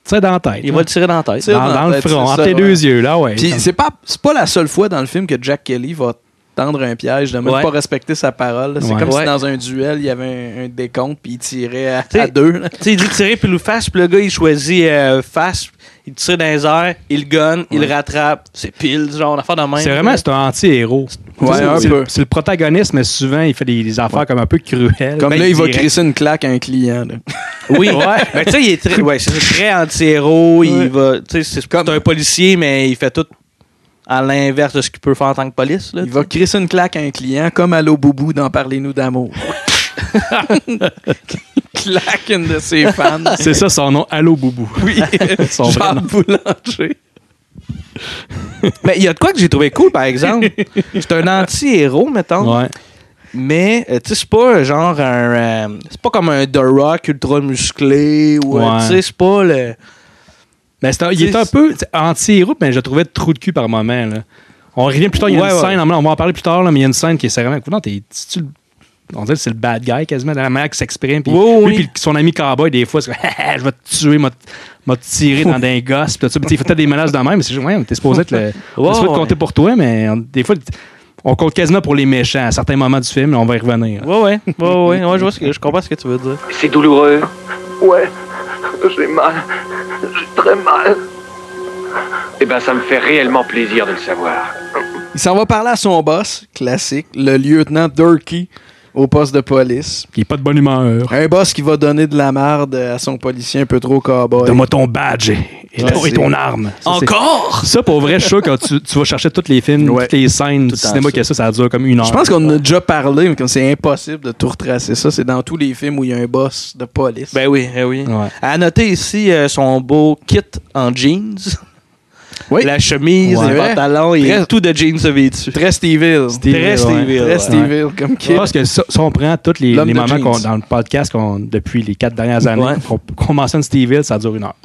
Speaker 5: sais, dans la tête.
Speaker 2: Il
Speaker 5: là.
Speaker 2: va le tirer dans la tête. Ah,
Speaker 1: Tire
Speaker 5: dans,
Speaker 1: dans
Speaker 5: dans
Speaker 1: la
Speaker 5: le
Speaker 1: tête,
Speaker 5: front,
Speaker 1: hein. Ben, c'est
Speaker 5: entre
Speaker 1: ça,
Speaker 5: tes
Speaker 1: ouais.
Speaker 5: deux yeux, là, ouais.
Speaker 1: Puis
Speaker 5: Comme-
Speaker 1: c'est pas, c'est pas la seule fois dans le film que Jack Kelly va tendre un piège, de même
Speaker 2: Ouais.
Speaker 1: pas respecter sa parole. là. C'est
Speaker 5: Ouais.
Speaker 1: comme si
Speaker 2: Ouais.
Speaker 1: dans un duel, il y avait un, un décompte, puis il tirait à,
Speaker 2: T'sais-
Speaker 1: à deux. là.
Speaker 2: Tu sais, il dit tirer puis le face, puis le gars, il choisit euh, face, il tire dans les airs, il gun, il rattrape, c'est pile, genre, affaire de même.
Speaker 5: C'est vraiment c'est un anti-héros.
Speaker 1: Ouais,
Speaker 5: C'est-
Speaker 1: un
Speaker 5: c'est-
Speaker 1: peu.
Speaker 5: C'est le protagoniste, mais souvent, il fait des, des affaires comme un peu cruelles.
Speaker 1: Comme
Speaker 5: Ben,
Speaker 1: là, il va
Speaker 5: direct.
Speaker 1: crisser une claque à un client. là.
Speaker 2: Oui, ouais. Mais tu sais, il est très, ouais, c'est ça, très anti-héros.
Speaker 1: Ouais.
Speaker 2: Il va, tu sais, c'est comme un policier, mais il fait tout à l'inverse de ce qu'il peut faire en tant que police. Là,
Speaker 1: Il va crisser une claque à un client, comme Allo Boubou dans Parlez-nous <laughs> d'amour. claque une de ses fans.
Speaker 5: C'est ça son nom, Allo Boubou.
Speaker 1: Oui,
Speaker 5: <laughs> Son vrai
Speaker 1: Jean
Speaker 2: <laughs>
Speaker 5: nom.
Speaker 1: Boulanger.
Speaker 2: Mais il y a de quoi que j'ai trouvé cool, par exemple. c'est un anti-héros, mettons.
Speaker 5: Ouais.
Speaker 2: Mais, euh, tu sais, c'est pas euh, genre un. euh, c'est pas comme un The Rock ultra musclé ou. euh,
Speaker 5: Ouais.
Speaker 2: tu sais, c'est pas le.
Speaker 5: Mais c'est un- il est un peu tu sais, anti-héros, mais je le trouvais trou de cul par moment. Là. On revient plus tard, il y a
Speaker 2: Ouais,
Speaker 5: une
Speaker 2: ouais.
Speaker 5: scène, on va en parler plus tard, là, mais il y a une scène qui est vraiment. Coudonc, t'es- tu- tu- on dirait que c'est le bad guy quasiment, dans la manière qu'il s'exprime. Puis
Speaker 2: Oui,
Speaker 5: lui,
Speaker 2: oui.
Speaker 5: puis son ami cowboy, des fois, c'est comme, <laughs> je vais te tuer, m'a m'a tiré dans des gosses. Puis tout ça. Puis il fait peut-être des menaces de même, mais c'est juste, ouais, mais t'es supposé être le. on est supposé
Speaker 2: ouais.
Speaker 5: te compter pour toi, mais on- des fois, on compte quasiment pour les méchants à certains moments du film, on va y revenir. là.
Speaker 2: Ouais, ouais. Ouais, ouais. ouais, je, vois ce que, je comprends ce que tu veux dire.
Speaker 8: C'est douloureux.
Speaker 6: Ouais, j'ai mal. J'ai très mal.
Speaker 7: Eh ben, ça me fait réellement plaisir de le savoir.
Speaker 1: Il s'en va parler à son boss, classique, le lieutenant Durkee, au poste de police.
Speaker 5: Il est pas de bonne humeur.
Speaker 1: Un boss qui va donner de la marde à son policier un peu trop cowboy.
Speaker 5: Donne-moi ton badge et, et
Speaker 1: Ouais,
Speaker 5: ton- et
Speaker 1: c'est-
Speaker 5: ton arme. Ça, c'est-
Speaker 2: Encore!
Speaker 5: Ça, pour vrai, je suis sûr que tu, tu vas chercher tous les films,
Speaker 1: Ouais.
Speaker 5: toutes les scènes du
Speaker 2: le temps
Speaker 5: cinéma,
Speaker 2: ça.
Speaker 5: que ça, ça dure comme une heure.
Speaker 1: Je pense qu'on en a déjà parlé, mais comme c'est impossible de tout retracer ça, c'est dans tous les films où il y a un boss de police.
Speaker 2: Ben oui, eh oui.
Speaker 5: Ouais.
Speaker 2: À noter ici euh, son beau kit en jeans.
Speaker 1: Oui.
Speaker 2: La chemise,
Speaker 1: Ouais.
Speaker 2: les pantalons, il
Speaker 1: Très-
Speaker 2: est tout de jeans vêtu.
Speaker 1: très Steve Hill.
Speaker 5: Steve Hill,
Speaker 1: très Steve
Speaker 5: ouais.
Speaker 1: Hill.
Speaker 2: Ouais.
Speaker 1: Très Steve Hill comme
Speaker 5: Je
Speaker 1: kid.
Speaker 5: pense que ça- si on prend tous les,
Speaker 1: L'homme
Speaker 5: les
Speaker 1: de
Speaker 5: moments qu'on-
Speaker 1: jeans.
Speaker 5: dans le podcast qu'on, depuis les quatre dernières années,
Speaker 2: Ouais.
Speaker 5: qu'on, qu'on mentionne Steve Hill, ça dure une heure.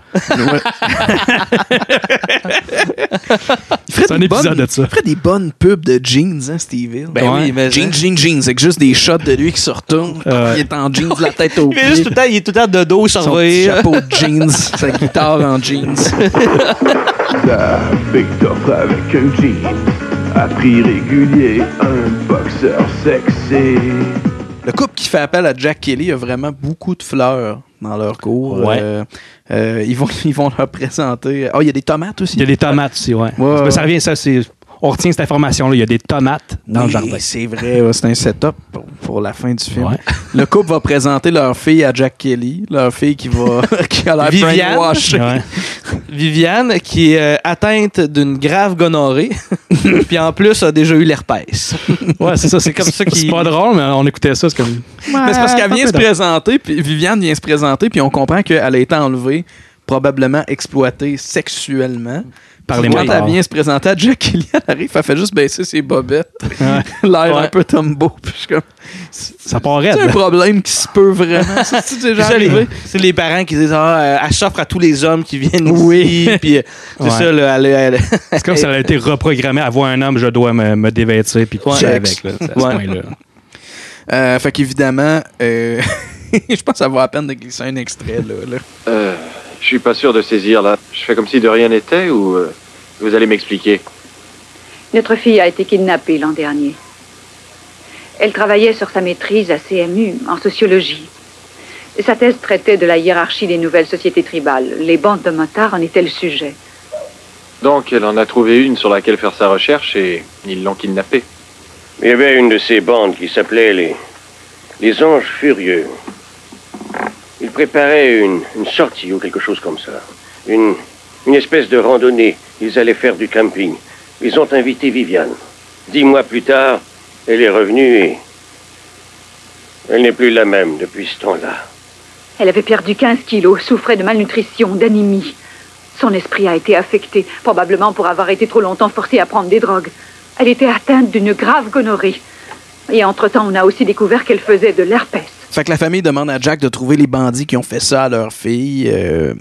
Speaker 1: Il ferait
Speaker 5: C'est un
Speaker 1: des
Speaker 5: épisode
Speaker 1: bonnes-
Speaker 5: de ça.
Speaker 1: Il ferait des bonnes pubs de jeans, hein, Steve Hill.
Speaker 2: Ben oui, mais-
Speaker 1: Jeans, jeans, jeans. Avec juste des shots de lui qui se retourne.
Speaker 5: Euh.
Speaker 1: Il est en jeans, la tête au
Speaker 2: <laughs> Il est juste
Speaker 1: pied.
Speaker 2: tout le temps, il est tout le temps de dos, il s'en
Speaker 1: Son
Speaker 2: va.
Speaker 1: petit chapeau
Speaker 5: <laughs>
Speaker 1: de jeans, sa guitare en jeans.
Speaker 6: Big Top avec un jean. À prix régulier, un boxeur sexy.
Speaker 1: Le couple qui fait appel à Jack Kelly a vraiment beaucoup de fleurs dans leur cours.
Speaker 5: Ouais.
Speaker 1: Euh, euh, ils, vont, <laughs> ils vont leur présenter. Oh, il y a des tomates aussi.
Speaker 5: Il y a des tomates aussi, ouais.
Speaker 1: Ouais,
Speaker 5: Mais ça
Speaker 1: ouais.
Speaker 5: revient, ça, c'est, on retient cette information-là. Il y a des tomates dans le
Speaker 1: Oui,
Speaker 5: jardin.
Speaker 1: C'est vrai, ouais, c'est un setup pour, pour la fin du film.
Speaker 5: Ouais.
Speaker 1: Le couple va présenter leur fille à Jack Kelly, leur fille qui va <laughs> qui a l'air
Speaker 2: Viviane.
Speaker 1: brainwashed.
Speaker 5: Ouais.
Speaker 2: Viviane, qui est euh, atteinte d'une grave gonorrhée, <laughs> puis en plus a déjà eu l'herpès.
Speaker 5: Ouais, c'est ça. C'est comme ça qui. C'est pas drôle, mais on écoutait ça. C'est comme.
Speaker 1: Mais
Speaker 5: Euh,
Speaker 1: c'est parce qu'elle vient se
Speaker 5: Ouais.
Speaker 1: présenter, puis Viviane vient se présenter, puis on comprend qu'elle a été enlevée, probablement exploitée sexuellement.
Speaker 5: Par
Speaker 1: Puis
Speaker 5: les
Speaker 1: Quand
Speaker 5: motards.
Speaker 1: elle vient se présenter à Jack Kelly, elle arrive, elle fait juste baisser ses bobettes, l'air
Speaker 2: Ouais.
Speaker 1: un peu tombeau, puis je suis comme,
Speaker 5: Ça part
Speaker 1: c'est
Speaker 5: raide.
Speaker 1: un problème qui se peut vraiment. Ça, C'est déjà
Speaker 2: C'est ça, les-
Speaker 1: arrivé.
Speaker 2: C'est les parents qui disent Ah, euh, elle s'offre à tous les hommes qui viennent ici. Puis euh, c'est
Speaker 5: Ouais.
Speaker 2: ça, là, elle, elle-
Speaker 5: C'est comme si elle a été reprogrammée à voir un homme, je dois me, me dévêtir, puis coucher
Speaker 1: Ouais.
Speaker 5: avec. Là, c'est à ce
Speaker 2: Ouais.
Speaker 5: point-là.
Speaker 1: Euh, fait qu'évidemment, euh, <laughs> je pense que ça vaut la peine de glisser un extrait. Là, là.
Speaker 7: Euh, je suis pas sûr de saisir, là. Je fais comme si de rien n'était, ou... euh, vous allez m'expliquer.
Speaker 13: Notre fille a été kidnappée l'an dernier. Elle travaillait sur sa maîtrise à CMU, en sociologie. Sa thèse traitait de la hiérarchie des nouvelles sociétés tribales. Les bandes de motards en étaient le sujet.
Speaker 14: Donc, elle en a trouvé une sur laquelle faire sa recherche et ils l'ont kidnappée.
Speaker 15: Il y avait une de ces bandes qui s'appelait les, les Anges Furieux. Ils préparaient une, une sortie ou quelque chose comme ça. Une, une espèce de randonnée. Ils allaient faire du camping. Ils ont invité Viviane. Dix mois plus tard, elle est revenue et. Elle n'est plus la même depuis ce temps-là.
Speaker 13: Elle avait perdu 15 kilos, souffrait de malnutrition, d'anémie. Son esprit a été affecté, probablement pour avoir été trop longtemps forcée à prendre des drogues. Elle était atteinte d'une grave gonorrhée. Et entre-temps, on a aussi découvert qu'elle faisait de l'herpès.
Speaker 1: Fait que la famille demande à Jack de trouver les bandits qui ont fait ça à leur fille. euh,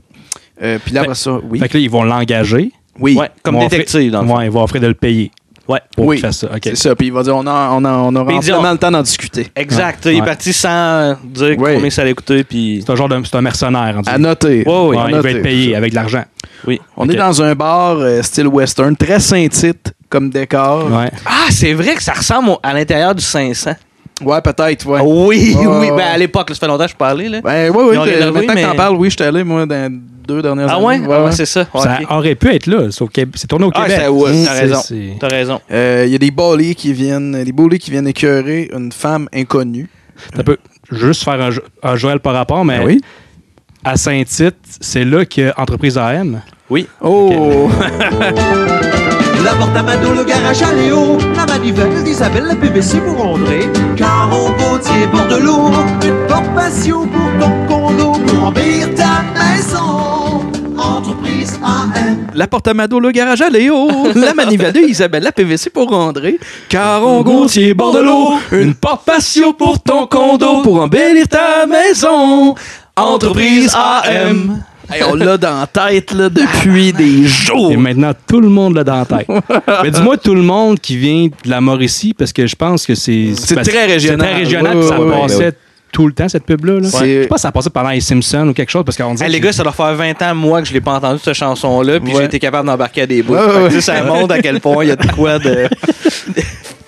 Speaker 1: euh, Puis là, après ça, oui.
Speaker 5: Ben, Fait que là, ils vont l'engager.
Speaker 1: Oui.
Speaker 5: Ouais,
Speaker 1: comme
Speaker 5: Ils vont
Speaker 1: détective,
Speaker 5: offrir-
Speaker 1: dans le fond.
Speaker 5: Ouais, ils vont offrir de le payer.
Speaker 2: Ouais.
Speaker 5: Pour
Speaker 1: Oui.
Speaker 5: qu'il fasse ça. OK.
Speaker 1: C'est ça. Puis il va dire on, a, on, a, on aura
Speaker 5: Puis il dit,
Speaker 1: amplement
Speaker 5: on-
Speaker 1: le temps d'en discuter.
Speaker 2: Exact.
Speaker 5: Ouais.
Speaker 2: Il est
Speaker 5: Ouais.
Speaker 2: parti sans euh, dire combien ça allait coûter. Puis...
Speaker 5: C'est un genre de. C'est un mercenaire, rendu
Speaker 1: À
Speaker 5: là.
Speaker 1: noter.
Speaker 5: Ouais,
Speaker 1: À
Speaker 5: il va
Speaker 1: noter.
Speaker 5: être payé avec de l'argent.
Speaker 2: Oui.
Speaker 1: On est dans un bar euh, style western, très Saint-Tite comme décor.
Speaker 5: Ouais.
Speaker 2: Ah, c'est vrai que ça ressemble au- à l'intérieur du 500.
Speaker 1: Ouais, peut-être, ouais.
Speaker 2: Ah Oui,
Speaker 1: Ouais,
Speaker 2: oui.
Speaker 1: ouais.
Speaker 2: Ben, à l'époque, là, ça fait longtemps que je suis pas allé. Là.
Speaker 1: Ben, ouais, oui,
Speaker 2: Ils ont
Speaker 1: oui.
Speaker 2: rénové,
Speaker 1: Maintenant que
Speaker 2: mais-
Speaker 1: t'en parles, oui, je suis allé, moi, dans deux dernières
Speaker 2: Ah ouais?
Speaker 1: années.
Speaker 2: Ah ouais, c'est ça. Ouais,
Speaker 5: Ça
Speaker 2: ok.
Speaker 5: aurait pu être là, sauf que c'est tourné au
Speaker 2: Ah,
Speaker 5: Québec.
Speaker 2: ça, ouais, t'as
Speaker 1: Mm,
Speaker 5: C'est-
Speaker 2: raison.
Speaker 5: c'est-
Speaker 2: T'as raison.
Speaker 1: Euh, Il y a des bolés qui viennent, des bolés qui viennent écœurer une femme inconnue.
Speaker 5: Ça peut juste faire un, jo- un Joël par rapport, mais
Speaker 1: Ben oui.
Speaker 5: à Saint-Tite, c'est là que Entreprise AM.
Speaker 2: Oui.
Speaker 1: Oh!
Speaker 2: <laughs>
Speaker 9: La porte à Mado, le garage à Léo, la manivelle d'Isabelle, la PVC pour André, Caron Gauthier, Bordelot, une porte patio pour ton condo, pour embellir ta maison, entreprise AM.
Speaker 1: L'appartamento, le garage à
Speaker 2: <laughs>
Speaker 1: Léo, la manivelle de Isabelle, la PVC pour André, Caron Gauthier, Bordelot, une porte patio pour ton condo, pour embellir ta maison, entreprise AM. Hey, on l'a dans la tête là, depuis
Speaker 2: Ah,
Speaker 1: des jours.
Speaker 5: Et maintenant, tout le monde l'a dans la
Speaker 1: <laughs>
Speaker 5: tête. mais dis-moi tout le monde qui vient de la Mauricie, parce que je pense que c'est...
Speaker 1: C'est
Speaker 5: parce-
Speaker 1: très régional.
Speaker 5: C'est très régional,
Speaker 1: Ouais,
Speaker 5: puis ça
Speaker 1: ouais, ouais,
Speaker 5: passait
Speaker 1: ouais.
Speaker 5: tout le temps, cette pub-là. Là.
Speaker 1: C'est-
Speaker 5: Je pense que ça passait pendant les Simpsons ou quelque chose, parce qu'on dit...
Speaker 2: Hey, les gars, ça doit faire 20 ans, moi, que je l'ai pas entendu, cette chanson-là, puis
Speaker 1: Ouais.
Speaker 2: j'ai été capable d'embarquer à des bouts.
Speaker 1: Ouais, ouais,
Speaker 2: Fait que, tu sais,
Speaker 1: ouais.
Speaker 2: Ça montre à quel point il y a de quoi
Speaker 1: <laughs>
Speaker 2: de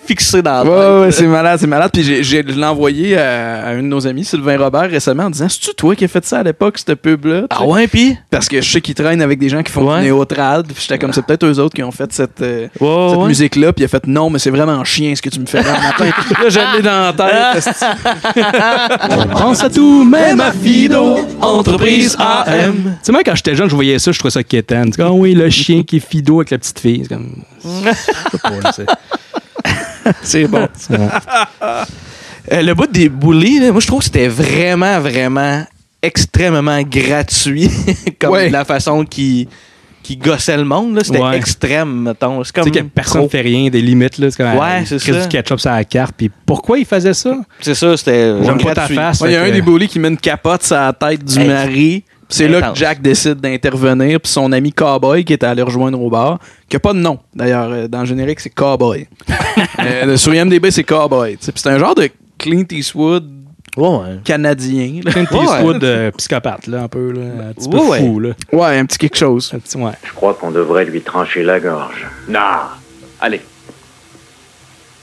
Speaker 2: fixer dans
Speaker 1: Ouais,
Speaker 2: la tête.
Speaker 1: ouais, ouais, c'est malade, c'est malade. Puis j'ai, j'ai- je l'ai envoyé à, à un de nos amis, Sylvain Robert, récemment, en disant C'est-tu toi qui as fait ça à l'époque, cette pub-là Tu
Speaker 2: Ah
Speaker 1: sais,
Speaker 2: ouais, puis
Speaker 1: Parce que je sais qu'ils traînent avec des gens qui font
Speaker 2: Ouais.
Speaker 1: du néo-trad. Puis j'étais comme C'est peut-être eux autres qui ont fait cette, euh,
Speaker 2: Ouais, Oh, ouais,
Speaker 1: cette
Speaker 2: ouais.
Speaker 1: musique-là. Puis il a fait Non, mais c'est vraiment chien ce que tu me fais là
Speaker 2: <laughs>
Speaker 1: le matin. là, je l'ai dans la
Speaker 2: Ah,
Speaker 1: tête.
Speaker 5: Pense à tout, même à
Speaker 1: Fido,
Speaker 2: ah,
Speaker 1: entreprise
Speaker 5: Tu sais, moi, quand j'étais jeune, je voyais ça, je trouvais ça quétaine. C'est comme, Ah oui, le chien qui est Fido avec la petite fille. C'est comme... je sais pas, là, c'est-
Speaker 1: c'est bon.
Speaker 2: <laughs> Euh, le bout des boulets, là, moi je trouve que c'était vraiment, vraiment extrêmement gratuit <laughs> comme
Speaker 1: Ouais.
Speaker 2: la façon qui qui gossait le monde là, c'était
Speaker 5: Ouais.
Speaker 2: extrême mettons, c'est
Speaker 5: Tu
Speaker 2: comme
Speaker 5: sais que personne ne fait rien, des limites. Là, c'est comme,
Speaker 2: Ouais,
Speaker 5: euh,
Speaker 2: c'est
Speaker 5: Chris
Speaker 2: ça.
Speaker 5: du ketchup sur la carte. Puis pourquoi il faisait ça?
Speaker 2: c'est ça, c'était
Speaker 5: J'aime pas ta
Speaker 2: gratuit.
Speaker 5: face.
Speaker 1: Il y a
Speaker 5: fait
Speaker 1: un
Speaker 5: que-
Speaker 1: des bullies qui met une capote sur la tête du
Speaker 2: Hey.
Speaker 1: mari. Puis C'est là
Speaker 2: Intense.
Speaker 1: que Jack décide d'intervenir. Puis son ami Cowboy, qui est allé rejoindre au bar, qui n'a pas de nom. D'ailleurs, euh, dans le générique, c'est
Speaker 2: <laughs>
Speaker 1: Cowboy. Euh, le- sur IMDB, c'est Cowboy. tu sais. Puis c'est un genre de Clint Eastwood
Speaker 2: Ouais.
Speaker 1: canadien. là.
Speaker 5: Clint
Speaker 2: Ouais.
Speaker 5: Eastwood euh, psychopathe, là, un peu, là, un petit peu
Speaker 2: Ouais.
Speaker 5: fou. Là.
Speaker 1: Ouais, un petit quelque chose.
Speaker 5: Un petit- ouais.
Speaker 15: Je crois qu'on devrait lui trancher la gorge.
Speaker 3: Non. Allez.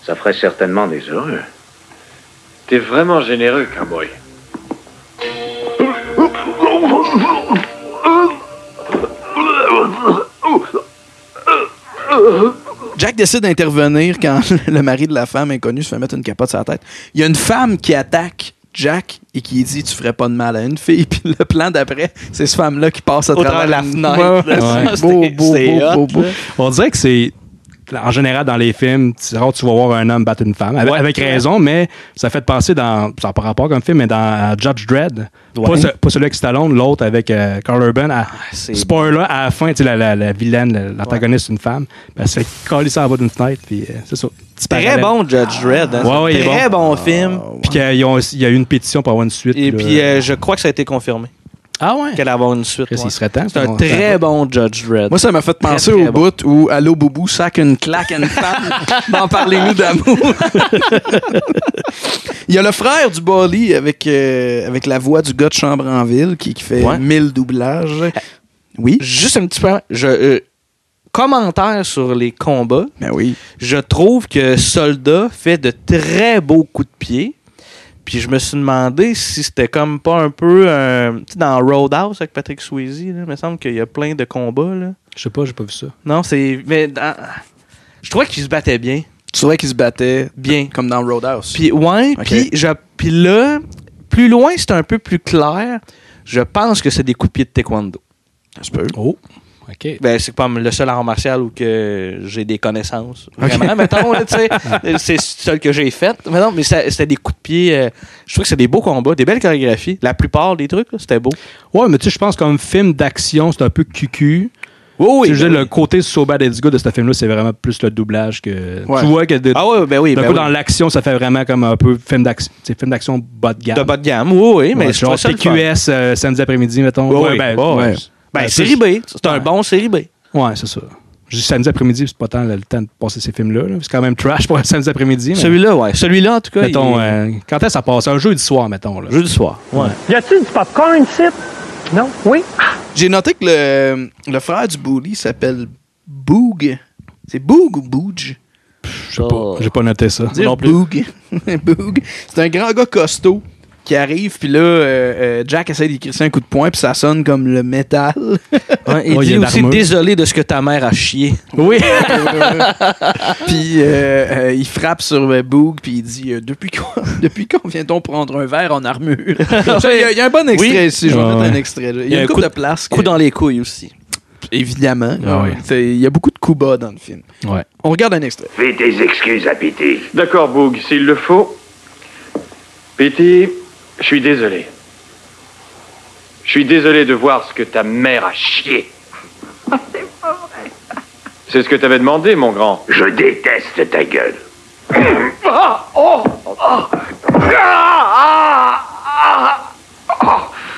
Speaker 15: Ça ferait certainement des heureux.
Speaker 14: T'es vraiment généreux, cowboy.
Speaker 1: Jack décide d'intervenir
Speaker 2: <laughs>
Speaker 1: quand le mari de la femme inconnue se fait mettre une capote sur la tête. Il y a une femme qui attaque Jack et qui dit Tu ferais pas de mal à une fille. <laughs> Puis le plan d'après, c'est cette femme-là qui passe à
Speaker 2: Au
Speaker 1: travers
Speaker 2: travers de la
Speaker 1: <laughs>
Speaker 2: fenêtre,
Speaker 1: Ouais,
Speaker 2: là,
Speaker 1: ouais.
Speaker 2: ça,
Speaker 1: Beau,
Speaker 2: c'était-
Speaker 1: beau,
Speaker 2: c'était
Speaker 1: beau,
Speaker 2: hot,
Speaker 1: beau, beau.
Speaker 2: là.
Speaker 5: On dirait que c'est. En général, dans les films, c'est rare que tu vas voir un homme battre une femme. Avec, avec raison, mais ça fait penser dans. Ça n'a pas rapport comme film, mais dans euh, Judge Dredd. Pas, ce- pas celui avec Stallone, l'autre avec euh, Carl Urban. À-
Speaker 2: c'est-
Speaker 5: spoiler, à la fin, tu sais, la, la, la vilaine, la- l'antagoniste, c'est une femme. Ben, elle se fait coller ça en bas d'une fenêtre, puis euh, c'est ça. Petit
Speaker 2: Très
Speaker 5: parallèle.
Speaker 2: bon Judge Dredd. hein.
Speaker 5: Ouais, ouais, il est
Speaker 2: très bon, film.
Speaker 5: Puis qu'il y a- ils ont- il y a eu une pétition pour avoir une suite.
Speaker 2: Et
Speaker 5: là.
Speaker 2: puis euh, je crois que ça a été confirmé
Speaker 5: ah ouais?
Speaker 2: qu'elle allait avoir une suite.
Speaker 5: Chris,
Speaker 2: ouais.
Speaker 5: il serait temps.
Speaker 2: C'est un
Speaker 5: qu'on-
Speaker 2: très bon Judge Dredd.
Speaker 1: Moi, ça m'a fait penser
Speaker 2: très
Speaker 1: au
Speaker 2: bon.
Speaker 1: bout où Allô Boubou sac une claque à une femme <laughs> dans Parlez-nous
Speaker 2: <laughs>
Speaker 1: d'amour. Il y a le frère du Bali avec, euh, avec la voix du gars de Chambre en Ville qui, qui fait
Speaker 2: Ouais.
Speaker 1: mille doublages. Oui.
Speaker 2: Juste un petit peu, je, euh, commentaire sur les combats,
Speaker 1: ben oui.
Speaker 2: je trouve que Soldat fait de très beaux coups de pied. Puis je me suis demandé si c'était comme pas un peu un. Tu sais, dans Roadhouse avec Patrick Swayze, là, il me semble qu'il y a plein de combats. Là.
Speaker 5: Je sais pas, j'ai pas vu ça.
Speaker 2: Non, c'est. Mais dans- je trouvais qu'il se battait bien.
Speaker 1: Tu trouvais qu'il se battait
Speaker 2: bien
Speaker 1: comme dans Roadhouse.
Speaker 2: Puis ouais,
Speaker 1: Ok.
Speaker 2: puis je- puis là, plus loin, c'est un peu plus clair. Je pense que c'est des coups de pied de taekwondo.
Speaker 1: Ça se peut.
Speaker 5: Oh. OK.
Speaker 2: Ben, c'est comme le seul art martial où que j'ai des connaissances. Vraiment, mettons, là, tu <laughs> sais, c'est le seul que j'ai fait. Mais non, mais ça- c'était des coups de pied. euh, je trouve que c'est des beaux combats, des belles chorégraphies. La plupart des trucs, là, c'était beau.
Speaker 5: Ouais, mais tu sais, je pense comme film d'action, c'est un peu cucu.
Speaker 2: Oui, oui,
Speaker 5: Tu sais, je veux
Speaker 2: ben
Speaker 5: dire,
Speaker 2: oui.
Speaker 5: Le côté So Bad It's Good de ce film-là, c'est vraiment plus le doublage que.
Speaker 2: Ouais.
Speaker 5: Tu vois que. de-
Speaker 2: Ah ouais, ben oui,
Speaker 5: D'un
Speaker 2: ben
Speaker 5: coup,
Speaker 2: oui.
Speaker 5: dans l'action, ça fait vraiment comme un peu film d'action. C'est film d'action bas de gamme.
Speaker 2: De bas de gamme, oui, oui, mais
Speaker 5: Ouais,
Speaker 2: je
Speaker 5: genre
Speaker 2: trouve ça le fun.
Speaker 5: TQS euh, samedi après-midi, mettons.
Speaker 2: Oui, oui,
Speaker 5: ben,
Speaker 2: oui.
Speaker 5: ouais.
Speaker 2: Ben,
Speaker 5: Ouais,
Speaker 2: série B. C'est un bon série B.
Speaker 5: Ouais, c'est ça. Je dis samedi après-midi, c'est pas tant le le temps de passer ces films-là. là. C'est quand même trash pour un samedi après-midi. mais-
Speaker 2: Celui-là, ouais. Celui-là, en tout cas.
Speaker 5: Mettons,
Speaker 2: il-
Speaker 5: euh, quand est-ce que ça passe? Un jeudi soir, mettons. Là.
Speaker 2: Jeudi soir. Ouais.
Speaker 8: Y a-t-il du popcorn ici? Non? Oui?
Speaker 1: J'ai noté que le, le frère du Bully s'appelle Boog. C'est Boog ou Booge?
Speaker 5: Je sais pas. J'ai pas noté ça.
Speaker 1: Dire <laughs> Boog. Boog. C'est un grand gars costaud qui arrive, puis là, euh, euh, Jack essaie d'y crisser un coup de poing, puis ça sonne comme le métal.
Speaker 2: Ouais, il
Speaker 1: Ouais, il y
Speaker 2: dit
Speaker 1: a de
Speaker 2: aussi
Speaker 1: l'armure.
Speaker 2: désolé de ce que ta mère a chié. <laughs>
Speaker 1: Oui. puis euh, euh, il frappe sur euh, Boog, puis il dit euh, Depuis quand, <laughs> depuis quand vient-on prendre un verre en
Speaker 2: <laughs>
Speaker 1: armure Ça, Il y a- il y, a un bon extrait
Speaker 2: Oui.
Speaker 1: ici, je vais
Speaker 5: Ah
Speaker 1: mettre
Speaker 5: ouais.
Speaker 1: un extrait. là. Il y a, une coupe
Speaker 2: coup
Speaker 1: de place.
Speaker 2: Coup dans les couilles aussi.
Speaker 1: Évidemment.
Speaker 5: Ah ouais.
Speaker 1: C'est- Il y a beaucoup de coups bas dans le film.
Speaker 5: Ouais.
Speaker 1: On regarde un extrait.
Speaker 3: Fais tes excuses à Pity.
Speaker 14: D'accord, Boog, s'il le faut. Pity, je suis désolé. Je suis désolé de voir ce que ta mère a chié. C'est ce que t'avais demandé, mon grand.
Speaker 3: Je déteste ta gueule.
Speaker 14: Ah,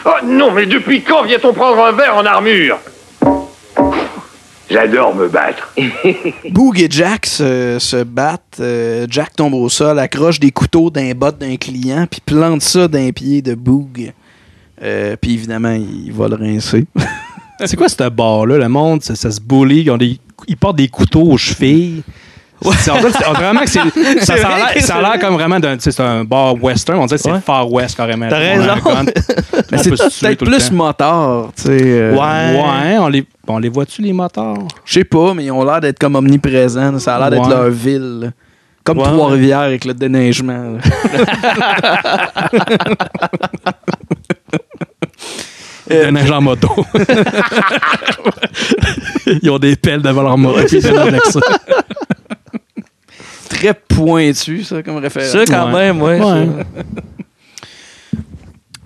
Speaker 14: Oh non, mais depuis quand vient-on prendre un verre en armure
Speaker 3: J'adore me battre.
Speaker 1: Boog et Jack se, se battent. euh, Jack tombe au sol, accroche des couteaux d'un bot d'un client, puis plante ça d'un pied de Boog. Euh, puis évidemment, il va le rincer.
Speaker 5: C'est quoi ce bar-là? Le monde, ça, ça se bully. Ils, ont des- ils portent des couteaux aux chevilles. C'est- on dirait que c'est- on dirait vraiment que c'est- ça,
Speaker 2: <laughs> C'est
Speaker 5: ça a
Speaker 2: vrai
Speaker 5: l'air-
Speaker 2: que
Speaker 5: ça a l'air
Speaker 2: c'est-
Speaker 5: comme vraiment d'un tu sais, c'est un bar western. On dirait que c'est
Speaker 2: Ouais.
Speaker 5: Far West carrément.
Speaker 2: T'as
Speaker 5: On a
Speaker 2: raison. <laughs>
Speaker 5: un gun.
Speaker 1: Mais
Speaker 5: On
Speaker 1: c'est
Speaker 5: peut se tuer
Speaker 1: peut-être
Speaker 5: tout le
Speaker 1: plus
Speaker 5: temps.
Speaker 1: motard, tu sais. euh,
Speaker 5: Ouais, on les, on les voit-tu, les motards?
Speaker 1: Je sais pas, mais ils ont l'air d'être comme omniprésents. Ça a l'air d'être
Speaker 5: Ouais.
Speaker 1: leur ville. là. Comme
Speaker 2: Ouais.
Speaker 1: Trois-Rivières avec le déneigement. là. <laughs>
Speaker 2: Euh.
Speaker 5: Ils nagent
Speaker 2: <laughs>
Speaker 5: en moto. ils ont des pelles devant leur moto. puis ils viennent avec ça.
Speaker 1: Très pointu, ça, comme référence.
Speaker 2: Ça, quand
Speaker 5: Ouais.
Speaker 2: même, ouais.
Speaker 5: Ouais.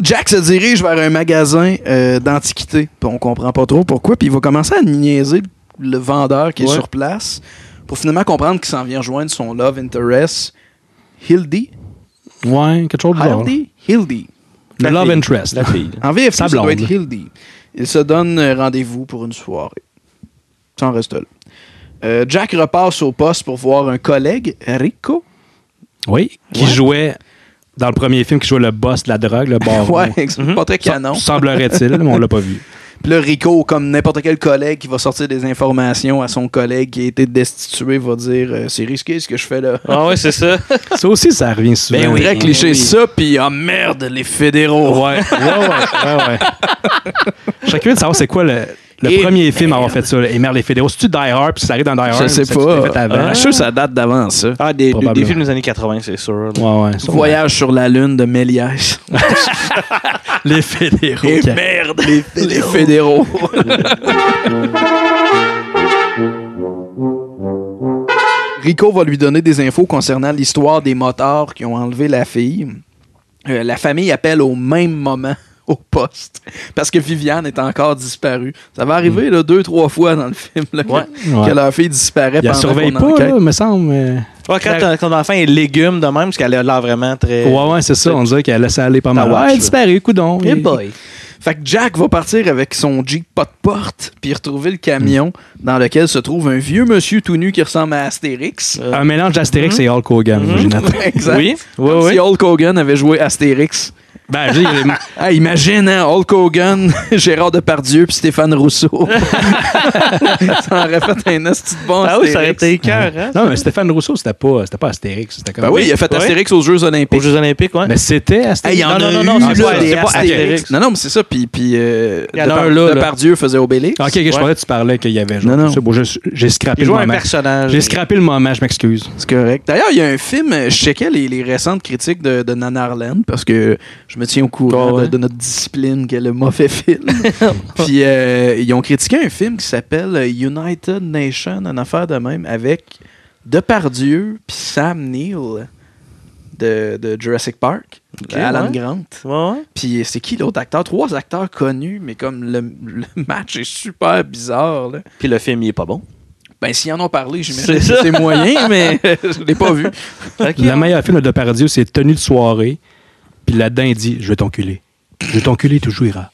Speaker 1: Jack se dirige vers un magasin euh, d'antiquités. Puis On comprend pas trop pourquoi. Puis il va commencer à niaiser le vendeur qui est
Speaker 2: Ouais.
Speaker 1: sur place pour finalement comprendre qu'il s'en vient rejoindre son love interest, Hildy.
Speaker 5: Ouais, quelque chose de genre.
Speaker 1: Hildy? Hildy.
Speaker 5: Le love interest.
Speaker 2: La fille.
Speaker 1: En VFC,
Speaker 5: Sa
Speaker 1: ça doit
Speaker 5: blonde.
Speaker 1: être Hildy. Il se donne euh, rendez-vous pour une soirée. Ça en reste là. Euh, Jack repasse au poste pour voir un collègue, Rico.
Speaker 5: Oui, qui jouait dans le premier film, qui jouait le boss de la drogue, le
Speaker 2: <laughs>
Speaker 5: bar.
Speaker 1: ouais, <laughs>
Speaker 5: Mhm.
Speaker 1: pas très canon.
Speaker 5: Semblerait-il, mais on l'a pas vu.
Speaker 1: Puis là, Rico, comme n'importe quel collègue qui va sortir des informations à son collègue qui a été destitué, va dire euh, C'est risqué ce que je fais là.
Speaker 2: Ah ouais, c'est ça.
Speaker 5: Ça aussi, ça revient souvent.
Speaker 1: Ben
Speaker 2: oui.
Speaker 1: Très cliché
Speaker 2: oui.
Speaker 1: ça, puis ah merde, les fédéraux.
Speaker 5: Ouais, ouais, ouais. ouais, ouais. Je serais curieux de savoir c'est quoi le, le
Speaker 1: Et
Speaker 5: premier film à avoir fait ça. là. Et merde, les fédéraux. C'est-tu Die Hard puis ça arrive dans Die Hard?
Speaker 1: Je sais
Speaker 5: c'est-tu
Speaker 1: pas.
Speaker 5: fait avant?
Speaker 1: Ah, Je suis sûr que ça date d'avant, ça.
Speaker 2: Ah, des,
Speaker 5: Probablement.
Speaker 2: des films des années 80, c'est sûr. là.
Speaker 5: Ouais, ouais. sûrement.
Speaker 1: Voyage sur la Lune de Méliès.
Speaker 5: Les fédéraux.
Speaker 1: Et
Speaker 5: qui-
Speaker 1: merde, les fédéraux. Les
Speaker 5: <laughs>
Speaker 1: fédéraux. Rico va lui donner des infos concernant l'histoire des motards qui ont enlevé la fille. Euh, la famille appelle au même moment au poste parce que Viviane est encore disparue. Ça va arriver là, deux, trois fois dans le film là, que- que,
Speaker 5: Mm. Ouais.
Speaker 1: leur fille disparaît
Speaker 5: Il la
Speaker 1: pendant
Speaker 5: surveille
Speaker 1: qu'on
Speaker 5: pas,
Speaker 1: enquête.
Speaker 5: là, me semble. mais-
Speaker 2: Ouais, quand ton, ton enfant est légume de même, parce qu'elle a l'air vraiment très.
Speaker 5: Ouais, ouais, c'est ça. On dirait qu'elle laissé aller pas mal.
Speaker 2: watch,
Speaker 5: Ouais, elle
Speaker 2: là.
Speaker 5: disparu, coudon.
Speaker 2: Hey
Speaker 5: Il-
Speaker 1: bah.
Speaker 2: boy.
Speaker 1: Fait que Jack va partir avec son Jeep pas de porte puis retrouver le camion
Speaker 5: Mm.
Speaker 1: dans lequel se trouve un vieux monsieur tout nu qui ressemble à Astérix.
Speaker 5: Un
Speaker 1: Mhm.
Speaker 5: mélange d'Astérix et Hulk Hogan, j'ai noté.
Speaker 1: Exact.
Speaker 2: Oui, oui,
Speaker 1: Comme
Speaker 2: oui.
Speaker 1: si Hulk Hogan avait joué Astérix. Ben, j'ai- Hey, imagine, hein, Hulk Hogan, <laughs> Gérard Depardieu puis Stéphane
Speaker 2: <laughs>
Speaker 1: Rousseau. ça aurait fait un esti de bon
Speaker 2: Ah oui, ça aurait
Speaker 1: Astérix.
Speaker 2: été écœur, hein?
Speaker 5: Non, mais Stéphane Rousseau, c'était pas, c'était pas Astérix. C'était comme...
Speaker 1: Ben oui, il a fait
Speaker 5: Ouais.
Speaker 1: Astérix aux Jeux Olympiques.
Speaker 2: Aux Jeux Olympiques, <laughs> ouais.
Speaker 5: Mais c'était
Speaker 1: Hey,
Speaker 5: Astérix.
Speaker 1: il y en
Speaker 2: Non,
Speaker 1: a
Speaker 2: non,
Speaker 1: eu,
Speaker 2: non, non, c'est
Speaker 1: là,
Speaker 2: pas-
Speaker 1: des
Speaker 2: c'est pas
Speaker 1: Astérix.
Speaker 2: Astérix.
Speaker 1: Non, non, mais c'est ça. Puis, puis euh,
Speaker 2: Il y en a
Speaker 1: Depar-
Speaker 2: un, là, là.
Speaker 1: Depardieu faisait Obélix.
Speaker 5: Ok, ok, je
Speaker 1: Ouais.
Speaker 5: pensais que tu parlais qu'il y avait genre.
Speaker 1: Non, non.
Speaker 5: ça, bon, je- j'ai scrappé
Speaker 2: Il
Speaker 5: le
Speaker 2: joue un
Speaker 5: moment.
Speaker 2: personnage.
Speaker 5: J'ai scrappé le moment, je m'excuse.
Speaker 1: C'est correct. D'ailleurs, il y a un film, euh, je checkais les, les récentes critiques de, de Nanarland parce que je me tiens au courant
Speaker 2: Ah ouais?
Speaker 1: de, de notre discipline qui est le mauvais
Speaker 2: <laughs>
Speaker 1: film. <laughs> Puis euh, ils ont critiqué un film qui s'appelle euh, United Nation, en affaire de même, avec Depardieu puis Sam Neill de, de Jurassic Park, Euh, Alan
Speaker 2: ouais.
Speaker 1: Grant.
Speaker 2: Ouais, <laughs> ouais.
Speaker 1: Puis euh, c'est qui l'autre acteur? Trois acteurs connus, mais comme le, le <laughs> match est super bizarre. Là.
Speaker 2: Puis le film, il est pas bon.
Speaker 1: Ben, s'ils en ont parlé, j'imagine
Speaker 2: C'est
Speaker 1: que
Speaker 2: ça.
Speaker 1: c'est moyen, mais je l'ai pas vu.
Speaker 5: Le meilleur film de Depardieu, c'est Tenue de soirée. Puis là-dedans, il dit Je vais t'enculer. Je vais t'enculer, tu jouiras.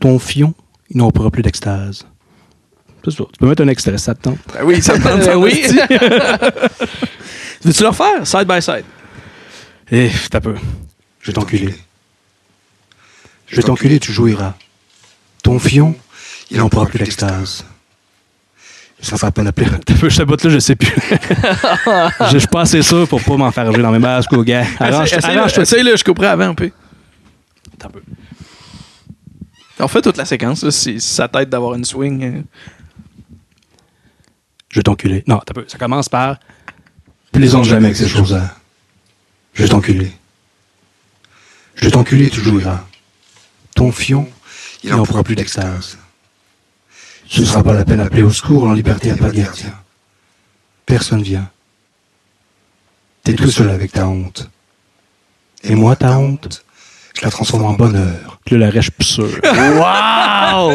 Speaker 5: Ton fion, il n'en pourra plus d'extase. C'est ça. Tu peux mettre un extrait, ça te tente.
Speaker 1: Ben oui, ça me tente
Speaker 2: Ben
Speaker 1: ça
Speaker 2: <laughs> oui.
Speaker 1: aussi.
Speaker 2: <laughs>
Speaker 1: Veux-tu le refaire? Side by side.
Speaker 5: Eh, t'as peu. Je vais t'enculer. Je vais t'enculer, tu jouiras. Ton fion, il n'en pourra plus d'extase. Ça va pas la plaire. T'as peu, je sabote là, je sais <laughs> plus. je je suis pas assez sûr pour pas m'en faire jouer dans mes masques au gars. Arrange-
Speaker 1: Essaye-le,
Speaker 5: Arrange-toi.
Speaker 1: essaye-le, je couperai avant un peu.
Speaker 5: Attends un peu.
Speaker 1: On fait toute la séquence, là, si, si ça t'aide d'avoir une swing. euh.
Speaker 5: Je vais t'enculer. Non, t'as peu. Ça commence par. Plaisante jamais avec ces choses-là. Je vais t'enculer. Je vais t'enculer, tu jouiras. Ton fion, il n'en pourra plus d'extase. Ce ne sera pas la peine d'appeler au secours, en liberté, à pas de gardien. Personne vient. T'es tout seul avec ta honte. Et moi, ta honte, je la transforme en bonheur. Puis là, le reste, je suis
Speaker 2: <laughs>
Speaker 5: sûr.
Speaker 2: Wow! Oh.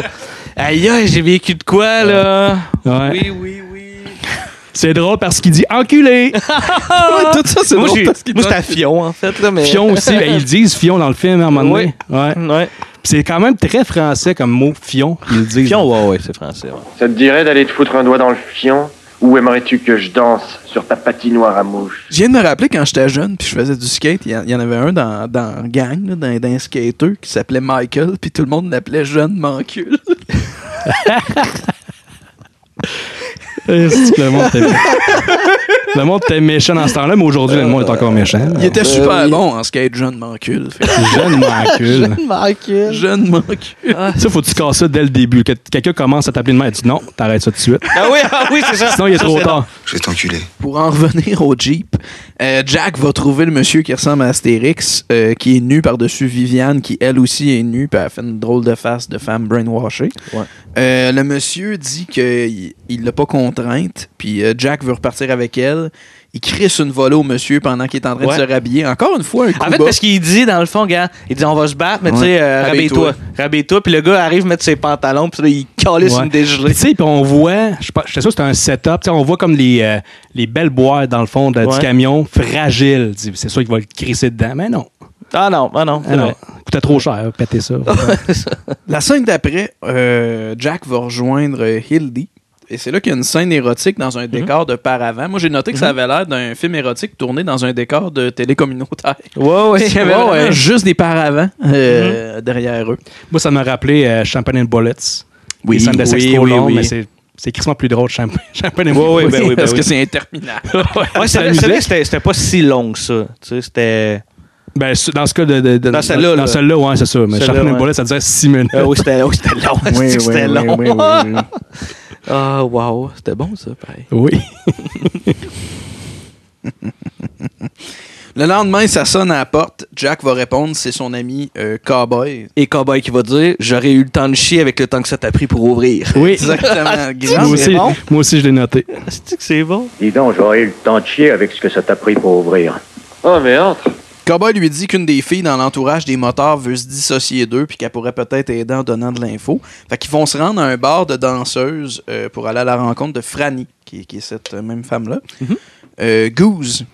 Speaker 2: Aïe, aïe, j'ai vécu de quoi, là?
Speaker 5: Ouais.
Speaker 2: Oui, oui, oui.
Speaker 5: C'est drôle parce qu'il dit
Speaker 2: <laughs>
Speaker 5: enculé.
Speaker 1: Ouais, tout ça, c'est
Speaker 2: moi,
Speaker 1: drôle
Speaker 2: j'ai-
Speaker 1: parce qu'il
Speaker 2: moi,
Speaker 1: donne-
Speaker 2: j'étais à Fion, en fait, là, mais...
Speaker 5: Fion
Speaker 2: <laughs>
Speaker 5: aussi, ben, ils disent Fion dans le film à un moment donné. Ouais.
Speaker 2: Ouais.
Speaker 5: Puis C'est quand même très français comme mot, Fion. Ils le disent.
Speaker 2: Fion, ouais, ouais, c'est français, ouais.
Speaker 7: Ça te dirait d'aller te foutre un doigt dans le fion Ou aimerais-tu que je danse sur ta patinoire à mouche
Speaker 1: Je viens de me rappeler quand j'étais jeune, puis je faisais du skate, il y en- il y en avait un dans, dans gang, là, dans, dans un skater, qui s'appelait Michael, puis tout le monde l'appelait Jeune Mancule.
Speaker 5: Est-ce que <laughs> Le monde était- le monde était méchant dans ce temps-là, mais aujourd'hui, le monde est encore méchant.
Speaker 1: Il était super bon en skate, Jeune Mancule. Fait-
Speaker 5: <laughs> Jeune
Speaker 2: <laughs>
Speaker 5: mancule.
Speaker 1: Jeune Mancule.
Speaker 5: Ça, faut que tu casses ça dès le début. Que quelqu'un commence à t'appeler de main et tu dis non, t'arrêtes ça tout
Speaker 2: <laughs>
Speaker 5: de suite.
Speaker 2: Ah oui, ah oui, c'est ça.
Speaker 5: Sinon, il est
Speaker 2: Ça,
Speaker 5: trop
Speaker 2: c'est
Speaker 5: tard.
Speaker 12: Je vais t'enculer.
Speaker 1: Pour en <laughs> revenir au Jeep, euh, Jack va trouver le monsieur qui ressemble à Astérix, euh, qui est nu par-dessus Viviane, qui elle aussi est nue, puis elle fait une drôle de face de femme brainwashée.
Speaker 2: Ouais.
Speaker 1: Euh, le monsieur dit qu'il ne l'a pas contrainte, puis euh, Jack veut repartir avec elle. Il crisse une volée au monsieur pendant qu'il est en train
Speaker 2: Ouais.
Speaker 1: de se rhabiller. Encore une fois, un coup
Speaker 2: En fait,
Speaker 1: bas.
Speaker 2: parce qu'il dit, dans le fond, gars, il dit on va se battre, mais tu sais, euh,
Speaker 1: Ouais.
Speaker 2: rabais-toi.
Speaker 1: Rabais-toi.
Speaker 2: Rabais-toi. Puis le gars arrive mettre ses pantalons, puis là, il calisse
Speaker 5: Ouais.
Speaker 2: une dégelée.
Speaker 5: Tu sais, puis on voit, je sais pas- j'étais sûr que c'était un setup, tu sais, on voit comme les, euh, les belles boîtes dans le fond de-
Speaker 2: Ouais.
Speaker 5: du camion, fragiles. Tu dis, C'est sûr qu'il va le crisser dedans, mais non.
Speaker 2: Ah non, ah non, c'est
Speaker 5: Alors,
Speaker 2: vrai.
Speaker 5: coûtait trop cher,
Speaker 2: <laughs>
Speaker 5: péter ça.
Speaker 1: La scène d'après, euh, Jack va rejoindre euh, Hildy. Et c'est là qu'il y a une scène érotique dans un décor de paravent. Moi, j'ai noté que ça avait l'air d'un film érotique tourné dans un décor de télé communautaire.
Speaker 2: Ouais, <laughs> ouais.
Speaker 1: Il y avait
Speaker 2: ouais,
Speaker 1: vraiment
Speaker 2: ouais.
Speaker 1: juste des paravents euh, derrière eux.
Speaker 5: Moi, ça m'a rappelé euh, Champagne and Bullets.
Speaker 1: Oui,
Speaker 5: les scènes de sexe
Speaker 2: oui,
Speaker 5: trop
Speaker 2: oui,
Speaker 5: longues,
Speaker 2: oui.
Speaker 5: mais c'est, c'est crissement plus drôle, Champagne, <laughs> Champagne and
Speaker 2: Ouais, ouais,
Speaker 5: Bullets.
Speaker 2: ben oui,
Speaker 1: <laughs>
Speaker 2: ben
Speaker 1: Parce
Speaker 2: oui.
Speaker 1: que c'est interminable.
Speaker 2: Ouais, c'est vrai, c'est vrai
Speaker 5: la musique.
Speaker 2: que c'était c'était pas si long que ça. Tu sais, c'était.
Speaker 5: Ben, ce- dans ce cas, de, de- de-
Speaker 2: Dans celle-là, là.
Speaker 5: dans celle-là, ouais, c'est sûr. Mais
Speaker 2: Celle-là,
Speaker 5: Champagne and
Speaker 2: ouais.
Speaker 5: Bullets, ça durait 6 minutes.
Speaker 2: Ah oui, c'était oui, c'était long. <laughs> c'est que c'était long. Ah, wow. C'était bon, ça, pareil.
Speaker 5: <laughs> Oui.
Speaker 1: Le lendemain, ça sonne à la porte. Jack va répondre, c'est son ami euh, Cowboy.
Speaker 2: Et Cowboy qui va dire J'aurais eu le temps de chier avec le temps que ça t'a pris pour <laughs> ouvrir.
Speaker 5: Oui.
Speaker 1: Exactement.
Speaker 2: Ah,
Speaker 5: Moi
Speaker 1: Guillaume,
Speaker 5: aussi,
Speaker 1: c'est bon.
Speaker 5: moi aussi, je l'ai noté.
Speaker 2: cest que c'est bon
Speaker 15: <laughs> Dis donc, j'aurais eu le temps de chier avec ce que ça t'a pris pour ouvrir.
Speaker 7: Oh, mais entre
Speaker 1: Cowboy lui dit qu'une des filles dans l'entourage des motards veut se dissocier d'eux puis qu'elle pourrait peut-être aider en donnant de l'info. Fait qu'ils vont se rendre à un bar de danseuses euh, pour aller à la rencontre de Franny, qui, qui est cette euh, même femme-là.
Speaker 2: Mhm.
Speaker 1: Euh, Goose,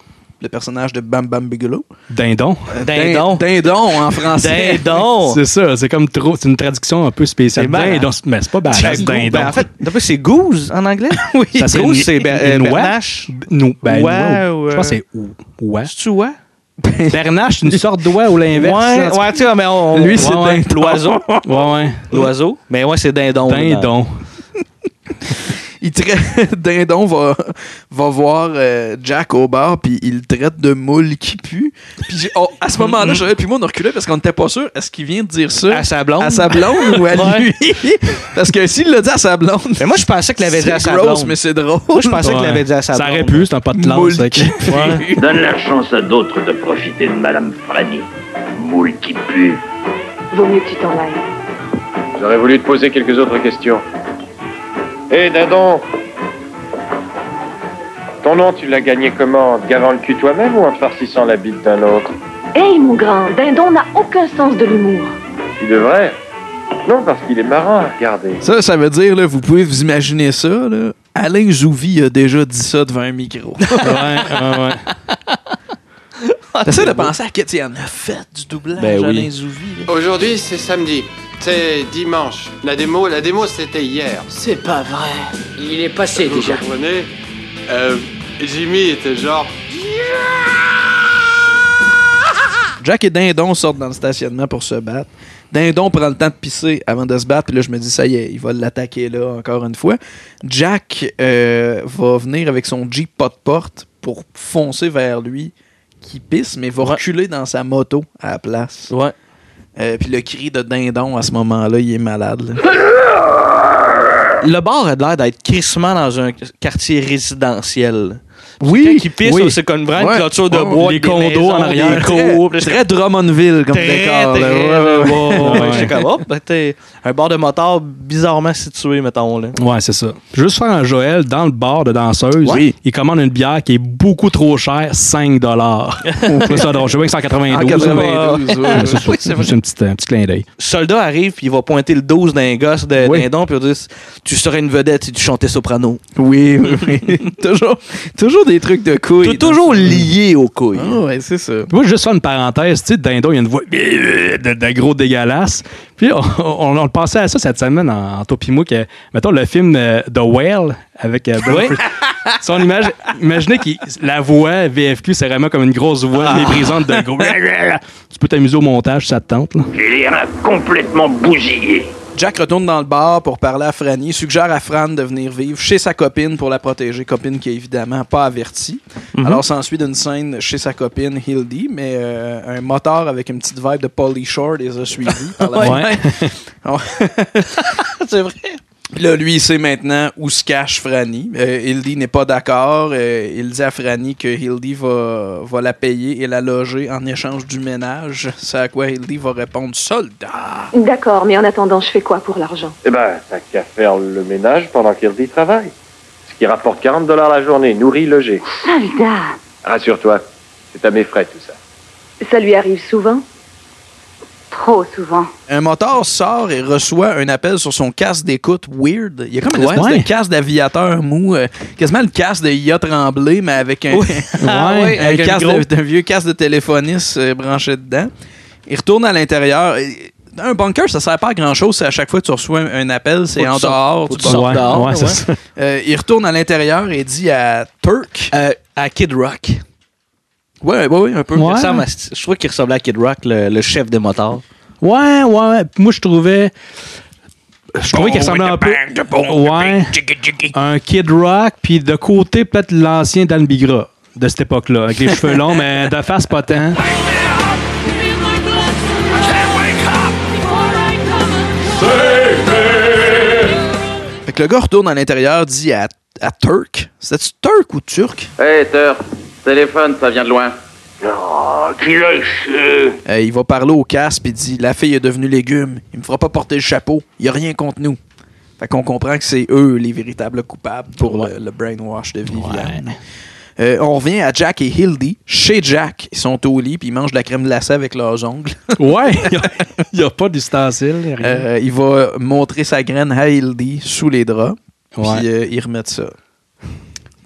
Speaker 1: le personnage de Bam Bam Bigelow.
Speaker 5: Dindon.
Speaker 1: Euh,
Speaker 2: Dindon.
Speaker 1: din- Dindon en français.
Speaker 2: Dindon
Speaker 5: <laughs> C'est ça, c'est comme trop. C'est une traduction un peu spéciale.
Speaker 2: Oh. C'est malade.
Speaker 5: Dindon, c'est- mais c'est pas badass,
Speaker 2: C'est Gou-
Speaker 5: dindon.
Speaker 2: ben, en fait, d'après, c'est goose en anglais. oui,
Speaker 5: ça serait
Speaker 2: goose,
Speaker 5: une-
Speaker 2: c'est ben, euh,
Speaker 5: une oie?
Speaker 2: bernache.
Speaker 5: B- nous, ben,
Speaker 2: Ouais,
Speaker 5: nous,
Speaker 2: ouais.
Speaker 5: Je pense que c'est ou- ouah.
Speaker 2: C'est-tu oie?
Speaker 5: Bernache, une sorte d'oie ou l'inverse.
Speaker 2: Ouais, ouais, tu sais, mais on.
Speaker 5: Lui,
Speaker 2: ouais,
Speaker 5: c'est
Speaker 2: ouais,
Speaker 5: dindon.
Speaker 2: l'oiseau.
Speaker 5: Ouais, ouais.
Speaker 2: <laughs> L'oiseau. Mais ouais, c'est dindon.
Speaker 5: Dindon.
Speaker 1: <laughs> il traite- <laughs> Dindon va, va voir euh, Jack au bar, puis il le traite de moule qui pue. Puis j'ai- oh, à ce moment-là, j'avais puis moi, on reculait parce qu'on n'était pas sûr. Est-ce qu'il vient de dire ça
Speaker 2: Mhm. À sa blonde. Ben,
Speaker 1: à sa blonde ou à
Speaker 2: Ouais.
Speaker 1: lui <laughs> Parce que s'il l'a dit à sa blonde,
Speaker 2: Mais moi, je pensais qu'il l'avait dit à
Speaker 1: c'est
Speaker 2: sa
Speaker 1: gross,
Speaker 2: blonde.
Speaker 1: mais c'est drôle.
Speaker 2: Moi, je pensais qu'il
Speaker 5: Ouais.
Speaker 2: l'avait dit à sa
Speaker 5: Ça
Speaker 2: blonde.
Speaker 5: aurait pu, c'est un pas de
Speaker 1: Moule
Speaker 5: lance.
Speaker 1: qui pue.
Speaker 5: <laughs>
Speaker 16: Donne la chance à d'autres de profiter de Madame Franny. Moule qui pue.
Speaker 13: Vaut mieux que tu t'en ailles.
Speaker 14: J'aurais voulu te poser quelques autres questions. Hé, Dindon Ton nom, tu l'as gagné comment En te gavant le cul toi-même ou en te farcissant la bite d'un autre
Speaker 13: Hey, mon grand, Dindon n'a aucun sens de l'humour.
Speaker 14: Il devrait. Non, parce qu'il est marrant à regarder.
Speaker 1: Ça, ça veut dire, là, vous pouvez vous imaginer ça, là. Alain Jouvi a déjà dit ça devant un
Speaker 2: <laughs>
Speaker 1: micro.
Speaker 5: Ouais, ouais, ouais.
Speaker 1: J'essaie de penser à qu'est-ce qu'il en a fait du doublage,
Speaker 5: Ben oui.
Speaker 1: Alain Zouvi.
Speaker 17: Aujourd'hui, c'est samedi. C'est dimanche. La démo, la démo, c'était hier.
Speaker 18: C'est pas vrai. Il est passé
Speaker 17: Vous
Speaker 18: déjà.
Speaker 17: comprenez Euh, Jimmy était genre...
Speaker 1: Jack et Dindon sortent dans le stationnement pour se battre. Dindon prend le temps de pisser avant de se battre. Puis là, je me dis, ça y est, il va l'attaquer là encore une fois. Jack euh, va venir avec son Jeep pas de porte pour foncer vers lui qui pisse, mais va reculer dans sa moto à la place. Euh,
Speaker 2: Ouais.
Speaker 1: puis le cri de Dindon à ce moment-là, il est malade. là.
Speaker 2: <laughs> Le bar a l'air d'être crissement dans un quartier résidentiel.
Speaker 1: Oui.
Speaker 2: Qui pisse,
Speaker 1: oui.
Speaker 2: c'est comme une vraie
Speaker 1: Ouais.
Speaker 2: clôture de
Speaker 1: Ouais,
Speaker 2: bois,
Speaker 1: les
Speaker 2: avec des
Speaker 1: condos
Speaker 2: maisons,
Speaker 1: en arrière.
Speaker 2: des
Speaker 1: Très-
Speaker 2: cours,
Speaker 1: très Drummondville comme
Speaker 2: Très,
Speaker 1: décor, là.
Speaker 2: très,
Speaker 1: Ouais, ouais, ouais.
Speaker 2: ouais, ouais.
Speaker 1: Ouais.
Speaker 2: J'étais comme, oh, ben, t'es un bar de motards bizarrement situé, mettons. Là.
Speaker 5: Ouais, c'est ça. Juste faire un Joël dans le bar de danseuse.
Speaker 2: Oui.
Speaker 5: Il commande une bière qui est beaucoup trop chère, 5 <laughs> dollars. ça donc, je vois que c'est en 92.
Speaker 2: En
Speaker 5: là.
Speaker 2: 92,
Speaker 5: Ouais,
Speaker 2: oui.
Speaker 5: c'est ça.
Speaker 2: Oui, c'est vrai.
Speaker 5: Juste un petit, un petit clin d'œil.
Speaker 2: Soldat arrive, puis il va pointer le 12 d'un gosse de
Speaker 5: Oui.
Speaker 2: d'un don, puis il va dire Tu serais une vedette si tu chantais soprano.
Speaker 1: Oui, oui,
Speaker 2: <laughs>
Speaker 1: oui. toujours, toujours des trucs de couilles.
Speaker 2: T'es toujours lié aux couilles.
Speaker 1: Ah ouais, c'est ça.
Speaker 5: Moi, juste faire une parenthèse, tu sais, Dindo, il y a une voix de, de gros dégueulasse. Puis on, on, on le pensait à ça cette semaine en, en Topimo que, mettons, le film euh, The Whale avec euh, Brad Pitt. Si on imagine, imaginez que la voix VFQ, c'est vraiment comme une grosse
Speaker 2: Ah.
Speaker 5: voix méprisante de gros. Tu peux t'amuser au montage, ça te tente, là.
Speaker 16: J'ai les reins complètement bousillés.
Speaker 1: Jack retourne dans le bar pour parler à Franny, suggère à Fran de venir vivre chez sa copine pour la protéger, copine qui est évidemment pas avertie.
Speaker 2: Mhm.
Speaker 1: Alors s'ensuit d'une scène chez sa copine Hildy, mais euh, un motard avec une petite vibe de Polly Shore les a
Speaker 2: <laughs>
Speaker 1: suivis par la
Speaker 2: Ouais.
Speaker 1: même. On- <laughs>
Speaker 2: c'est vrai.
Speaker 1: Puis là, lui, il sait maintenant où se cache Franny. Euh, Hildy n'est pas d'accord. Euh, il dit à Franny que Hildy va, va la payer et la loger en échange du ménage. C'est à quoi Hildy va répondre Soldat
Speaker 13: D'accord, mais en attendant, je fais quoi pour l'argent
Speaker 14: Eh ben, t'as qu'à faire le ménage pendant qu'Hildy travaille. Ce qui rapporte 40 dollars la journée, nourri, logé.
Speaker 13: Soldat
Speaker 14: Rassure-toi, c'est à mes frais tout ça.
Speaker 13: Ça lui arrive souvent Trop souvent.
Speaker 1: Un moteur sort et reçoit un appel sur son casque d'écoute weird. Il y a comme une
Speaker 5: Ouais.
Speaker 1: espèce
Speaker 5: Ouais.
Speaker 1: de casque d'aviateur mou, euh, quasiment le casque de Yacht Tremblay, mais avec un,
Speaker 2: Oui.
Speaker 1: <laughs>
Speaker 2: Ah
Speaker 1: un
Speaker 2: oui, avec un
Speaker 1: casque
Speaker 2: gros-
Speaker 1: de- d'un vieux casque de téléphoniste euh, branché dedans. Il retourne à l'intérieur. Et dans Un bunker, ça sert pas à grand chose. À chaque fois que tu reçois un, un appel, c'est
Speaker 2: Faut que
Speaker 1: en
Speaker 2: tu sortes-
Speaker 1: dehors.
Speaker 2: faut
Speaker 1: tu
Speaker 2: que tu sortes
Speaker 1: pars.
Speaker 2: dehors, ouais.
Speaker 1: <laughs> Euh, il retourne à l'intérieur et dit à Turk.
Speaker 2: Euh, à Kid Rock.
Speaker 1: Ouais, ouais, ouais, un peu.
Speaker 2: Il ressemble à- je trouve qu'il ressemblait à Kid Rock, le, le chef des motards.
Speaker 5: Ouais, ouais, ouais. Puis Moi, je trouvais. Je trouvais qu'il ressemblait un peu. Ouais. Un Kid Rock, puis de côté, peut-être l'ancien Dan Bigra de cette époque-là, avec les cheveux longs, mais de face pas tant.
Speaker 1: Fait que le gars retourne à l'intérieur, dit à, à Turk. C'est-tu Turk ou Turc?
Speaker 18: Hey, Turf, téléphone, ça vient de loin.
Speaker 16: Oh, qui l'a chier
Speaker 1: Euh, il va parler au casque et dit La fille est devenue légume. Il me fera pas porter le chapeau. Il n'y a rien contre nous. Fait qu'on comprend que c'est eux les véritables coupables pour le, le brainwash de Viviane. Euh, on revient à Jack et Hildy. Chez Jack, ils sont au lit puis ils mangent de la crème glacée avec leurs
Speaker 2: <laughs>
Speaker 1: ongles.
Speaker 5: Ouais, il n'y a, pas d'ustensile.
Speaker 2: Mhm.
Speaker 5: y a rien.
Speaker 1: Euh, il va montrer sa graine à Hildy sous les draps.
Speaker 5: Ouais.
Speaker 1: Puis euh, ils remettent ça.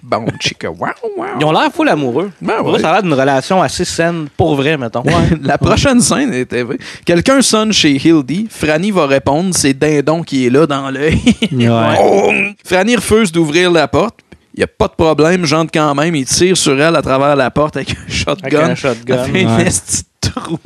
Speaker 1: Bon, chica, wow, wow.
Speaker 2: Ils ont l'air full amoureux.
Speaker 1: Ben
Speaker 2: Pour
Speaker 1: ouais.
Speaker 2: vrai, Ça a l'air d'une relation assez saine, pour vrai, mettons.
Speaker 1: <laughs> La prochaine scène était vraie. Quelqu'un sonne chez Hildy. Franny va répondre. C'est Dindon qui est là dans l'œil. <laughs>
Speaker 5: Ouais.
Speaker 1: Franny refuse d'ouvrir la porte. Il n'y a pas de problème. Jante quand même. Il tire sur elle à travers la porte avec un shotgun.
Speaker 2: Avec un shotgun,
Speaker 1: Elle fait une
Speaker 2: ouais.
Speaker 1: esti de trou.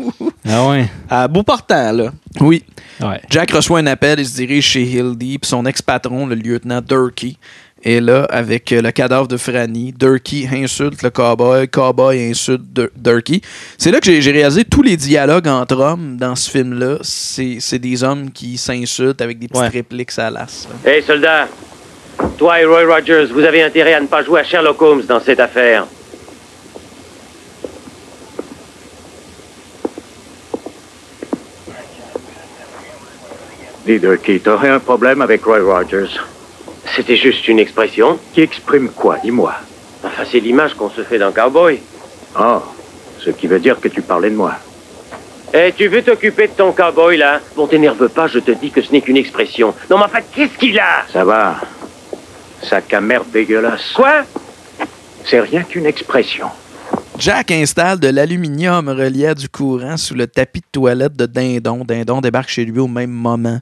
Speaker 5: Ah ouais.
Speaker 2: À bout portant, là.
Speaker 1: Oui.
Speaker 5: Ouais.
Speaker 1: Jack reçoit un appel et se dirige chez Hildy, puis son ex-patron, le lieutenant Durkee, est là avec euh, le cadavre de Franny. Durkee insulte le cowboy, cowboy insulte Dur- Durkee. C'est là que j'ai j'ai réalisé tous les dialogues entre hommes dans ce film-là. C'est c'est des hommes qui s'insultent avec des petites répliques salaces. là.
Speaker 15: Hey, soldat, toi et Roy Rogers, vous avez intérêt à ne pas jouer à Sherlock Holmes dans cette affaire.
Speaker 16: Dis, Durkee, t'aurais un problème avec Roy Rogers.
Speaker 15: C'était juste une expression.
Speaker 16: Qui exprime quoi, dis-moi
Speaker 15: Enfin, c'est l'image qu'on se fait d'un cowboy.
Speaker 16: Oh, ce qui veut dire que tu parlais de moi.
Speaker 15: Eh, tu veux t'occuper de ton cowboy, là Bon, t'énerve pas, je te dis que ce n'est qu'une expression. Non, mais enfin, qu'est-ce qu'il a
Speaker 16: Ça va. Sac à merde dégueulasse.
Speaker 15: Quoi
Speaker 16: C'est rien qu'une expression.
Speaker 1: Jack installe de l'aluminium relié à du courant sous le tapis de toilette de Dindon. Dindon débarque chez lui au même moment.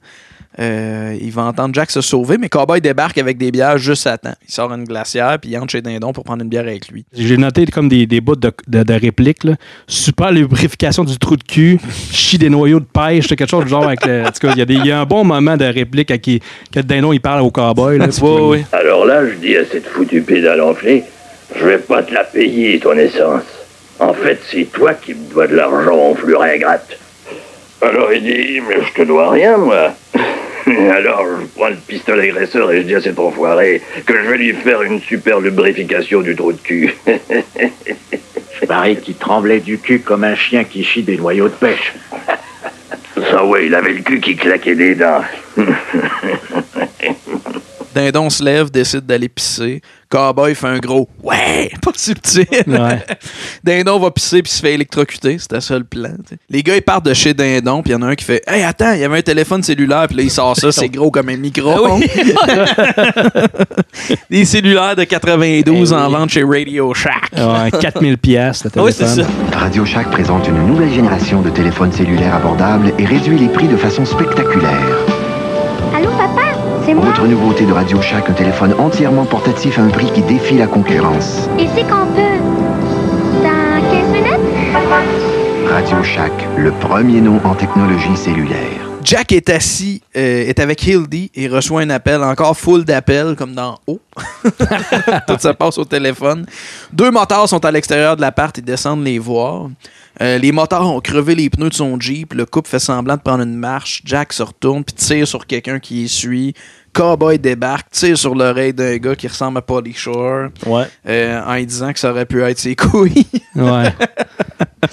Speaker 1: Euh, il va entendre Jack se sauver, mais Cowboy débarque avec des bières juste à temps. Il sort une glacière, puis il entre chez Dindon pour prendre une bière avec lui.
Speaker 5: J'ai noté comme des, des bouts de, de, de répliques. là. Super lubrification du trou de cul, chie des noyaux de pêche, quelque chose du genre. Avec le- en tout cas, il y, a des- il y a un bon moment de réplique à qui, que Dindon il parle au cowboy. Là,
Speaker 16: oui.
Speaker 19: Alors là, je dis à cette foutue pédale enflée, je vais pas te la payer, ton essence. En fait, c'est toi qui me dois de l'argent au fleurin ingrate. Alors il dit, mais je te dois rien, moi. <laughs> Alors je prends le pistolet agresseur et je dis à cet enfoiré que je vais lui faire une super lubrification du trou de
Speaker 16: <laughs>
Speaker 19: cul.
Speaker 16: Pareil qui tremblait du cul comme un chien qui chie des noyaux de pêche.
Speaker 19: Ça ouais, il avait le cul qui claquait des dents.
Speaker 1: Dindon se lève, décide d'aller pisser. Cowboy fait un gros Ouais, <laughs> pas subtil.
Speaker 5: Ouais.
Speaker 1: <laughs> Dindon va pisser puis se fait électrocuter. C'était ça le plan. tu sais. Les gars, ils partent de chez Dindon, puis il y en a un qui fait Hey, attends, il y avait un téléphone cellulaire, puis là, il sort ça, c'est gros comme un micro. <laughs> Des cellulaires de 92 en vente chez Radio Shack.
Speaker 5: Ouais, 4000 piastres, le
Speaker 1: Ah oui, c'est
Speaker 5: téléphone.
Speaker 20: Radio Shack présente une nouvelle génération de téléphones cellulaires abordables et réduit les prix de façon spectaculaire.
Speaker 11: Allô, papa? C'est moi.
Speaker 20: Votre nouveauté de Radio Shack, un téléphone entièrement portatif à un prix qui défie la concurrence.
Speaker 11: Et c'est qu'on peut? Dans 15 minutes?
Speaker 20: Radio Shack, le premier nom en technologie cellulaire.
Speaker 1: Jack est assis, euh, est avec Hildy et reçoit un appel, encore full d'appels, comme dans haut. <laughs> Tout se passe au téléphone. Deux motards sont à l'extérieur de l'appart et descendent les voir. Euh, les motards ont crevé les pneus de son Jeep. Le couple fait semblant de prendre une marche. Jack se retourne puis tire sur quelqu'un qui y suit. Cowboy débarque, tire sur l'oreille d'un gars qui ressemble à Polly Shore
Speaker 2: Ouais.
Speaker 1: euh, en lui disant que ça aurait pu être ses couilles.
Speaker 5: Ouais.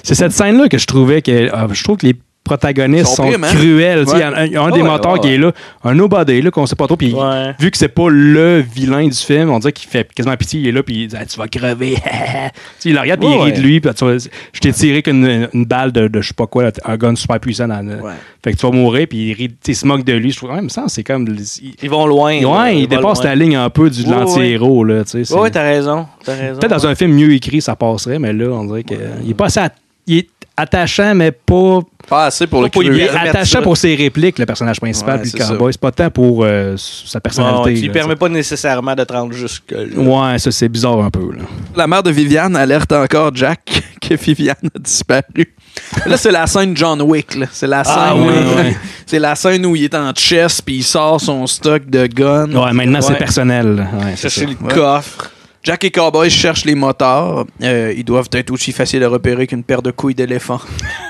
Speaker 5: C'est cette scène-là que je trouvais que euh, je trouve que les protagonistes
Speaker 1: Ils sont
Speaker 5: sont,
Speaker 1: pires, man.
Speaker 5: cruels. Tu sais, Il y a
Speaker 1: Ouais.
Speaker 5: un, il y a un
Speaker 1: Ah
Speaker 5: des
Speaker 1: ouais,
Speaker 5: mentors
Speaker 1: ouais,
Speaker 5: qui
Speaker 1: ouais.
Speaker 5: est là, un nobody là qu'on sait pas trop. Puis vu que c'est pas le vilain du film, on dirait qu'il fait quasiment pitié. Il est là puis il dit Ah, tu vas crever. <laughs> Tu sais, il le regarde puis
Speaker 2: Ouais,
Speaker 5: il rit
Speaker 2: ouais.
Speaker 5: de lui. Puis, tu vois, je t'ai tiré qu'une une balle de, de je sais pas quoi, un gun super puissant. Dans le- Fait que tu vas mourir puis il rit, tu sais, il se moque de lui. Je trouve quand même ça, c'est comme il-
Speaker 2: <laughs> Ils vont loin. là,
Speaker 5: Ouais, il
Speaker 2: vont
Speaker 5: dépasse
Speaker 2: loin.
Speaker 5: la ligne un peu du de
Speaker 2: Ouais, ouais.
Speaker 5: l'anti-héros. là, tu sais, c'est-
Speaker 2: Ouais, ouais, t'as raison. T'as raison.
Speaker 5: Peut-être dans un film mieux écrit, ça passerait, mais là, on dirait qu'il est pas assez at- il est attachant, mais pas.
Speaker 1: Pas assez pour le
Speaker 5: pas- hein. Il
Speaker 1: cruel.
Speaker 5: est attachant pour ses répliques, le personnage principal,
Speaker 1: Ouais,
Speaker 5: puis le
Speaker 1: c'est ça.
Speaker 5: cowboy. C'est pas tant pour euh, sa personnalité.
Speaker 2: Ouais, ouais, tu lui
Speaker 5: là,
Speaker 2: permets pas nécessairement de te rendre jusque
Speaker 5: tu sais. Ouais, ça, c'est bizarre un peu. Là.
Speaker 1: La mère de Viviane alerte encore Jack <laughs> que Viviane a disparu. Là, c'est la scène John Wick. là. C'est la scène.
Speaker 5: Ah oui,
Speaker 1: où-
Speaker 5: oui.
Speaker 1: <laughs> C'est la scène où il est en chess puis il sort son stock de guns.
Speaker 5: Ouais, maintenant, c'est personnel. là. Ouais, c'est
Speaker 1: Chercher
Speaker 5: ça.
Speaker 1: le coffre. Jack et Cowboy cherchent les motards. Euh, ils doivent être aussi faciles à repérer qu'une paire de couilles d'éléphant.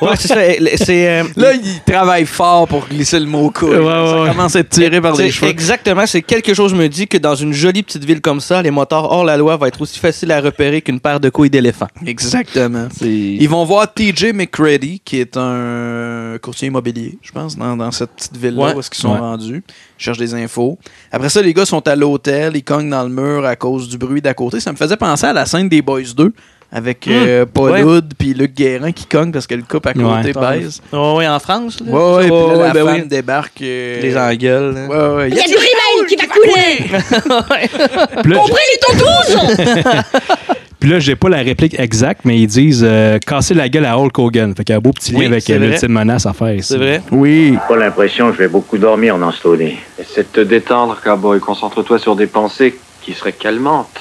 Speaker 2: Ouais, c'est ça. elle- C'est. euh,
Speaker 1: <laughs> Là, ils travaillent fort pour glisser le mot couille.
Speaker 2: Ouais, ouais,
Speaker 1: Ça
Speaker 2: ouais.
Speaker 1: commence à être tiré par
Speaker 2: c'est
Speaker 1: les cheveux.
Speaker 2: Exactement, c'est quelque chose me dit que dans une jolie petite ville comme ça, les motards hors la loi vont être aussi faciles à repérer qu'une paire de couilles d'éléphant.
Speaker 1: Exactement.
Speaker 2: C'est
Speaker 1: Ils vont voir TJ McCready, qui est un courtier immobilier, je pense, dans, dans cette petite ville-là
Speaker 2: Ouais.
Speaker 1: où est-ce qu'ils sont
Speaker 5: Ouais.
Speaker 1: rendus. Ils cherchent des infos. Après ça, les gars sont à l'hôtel, ils cognent dans le mur à cause du bruit d'à côté. Ça me faisait penser à la scène des Boys 2 avec euh, Paul
Speaker 2: Hmm. Ouais.
Speaker 1: Hood puis Luc Guérin qui cognent parce que le couple à côté
Speaker 2: Ouais.
Speaker 1: baise.
Speaker 2: Oh, Ouais, ouais, en France. Là.
Speaker 1: Ouais, ouais, puis là,
Speaker 2: Ouais,
Speaker 1: la
Speaker 2: ben
Speaker 1: femme
Speaker 2: oui.
Speaker 1: débarque. euh,
Speaker 2: Les engueules. là.
Speaker 1: Ouais, ouais.
Speaker 21: Il y a du rimail qui va couler!
Speaker 5: Puis là,
Speaker 21: Compris les tontouses!
Speaker 5: <laughs> Puis là, j'ai pas la réplique exacte, mais ils disent euh, casser la gueule à Hulk Hogan. Fait qu'il y a un beau petit lien
Speaker 2: Oui,
Speaker 5: avec
Speaker 2: c'est
Speaker 5: euh,
Speaker 2: vrai.
Speaker 5: l'ultime menace à faire. ici.
Speaker 2: C'est vrai.
Speaker 5: Oui.
Speaker 16: Pas l'impression que je vais beaucoup dormir dans ce
Speaker 14: Essaie de te détendre, cowboy. Concentre-toi sur des pensées qui seraient calmantes.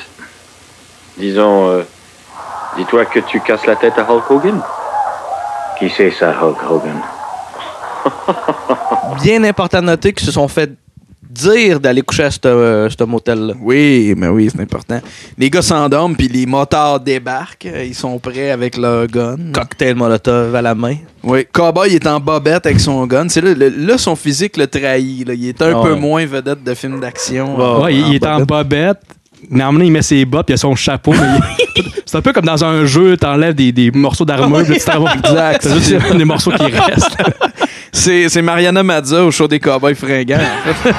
Speaker 14: Disons, euh, dis-toi que tu casses la tête à Hulk Hogan.
Speaker 16: Qui c'est ça, Hulk Hogan
Speaker 2: Bien important de noter qu'ils se sont fait dire d'aller coucher à ce euh, ce motel-là.
Speaker 1: Oui, mais oui, c'est important. Les gars s'endorment, puis les motards débarquent. Euh, Ils sont prêts avec leur gun.
Speaker 2: Cocktail Molotov à la main.
Speaker 1: Oui, Cowboy est en bobette avec son gun. C'est là, le- là, son physique le trahit. là. Il est un
Speaker 5: Ah
Speaker 1: peu
Speaker 5: ouais.
Speaker 1: moins vedette de film d'action.
Speaker 5: Ouais,
Speaker 1: euh,
Speaker 5: il, il est en bobette. Mais en même temps, il met ses bottes, puis il a son chapeau. mais il- C'est un peu comme dans un jeu, t'enlèves des, des morceaux d'armure, puis tu t'en vas-
Speaker 1: Exact.
Speaker 5: C'est juste des, des morceaux qui restent.
Speaker 1: C'est c'est Mariana Mazza au show des cowboys
Speaker 2: <laughs>
Speaker 1: fringants. en fait.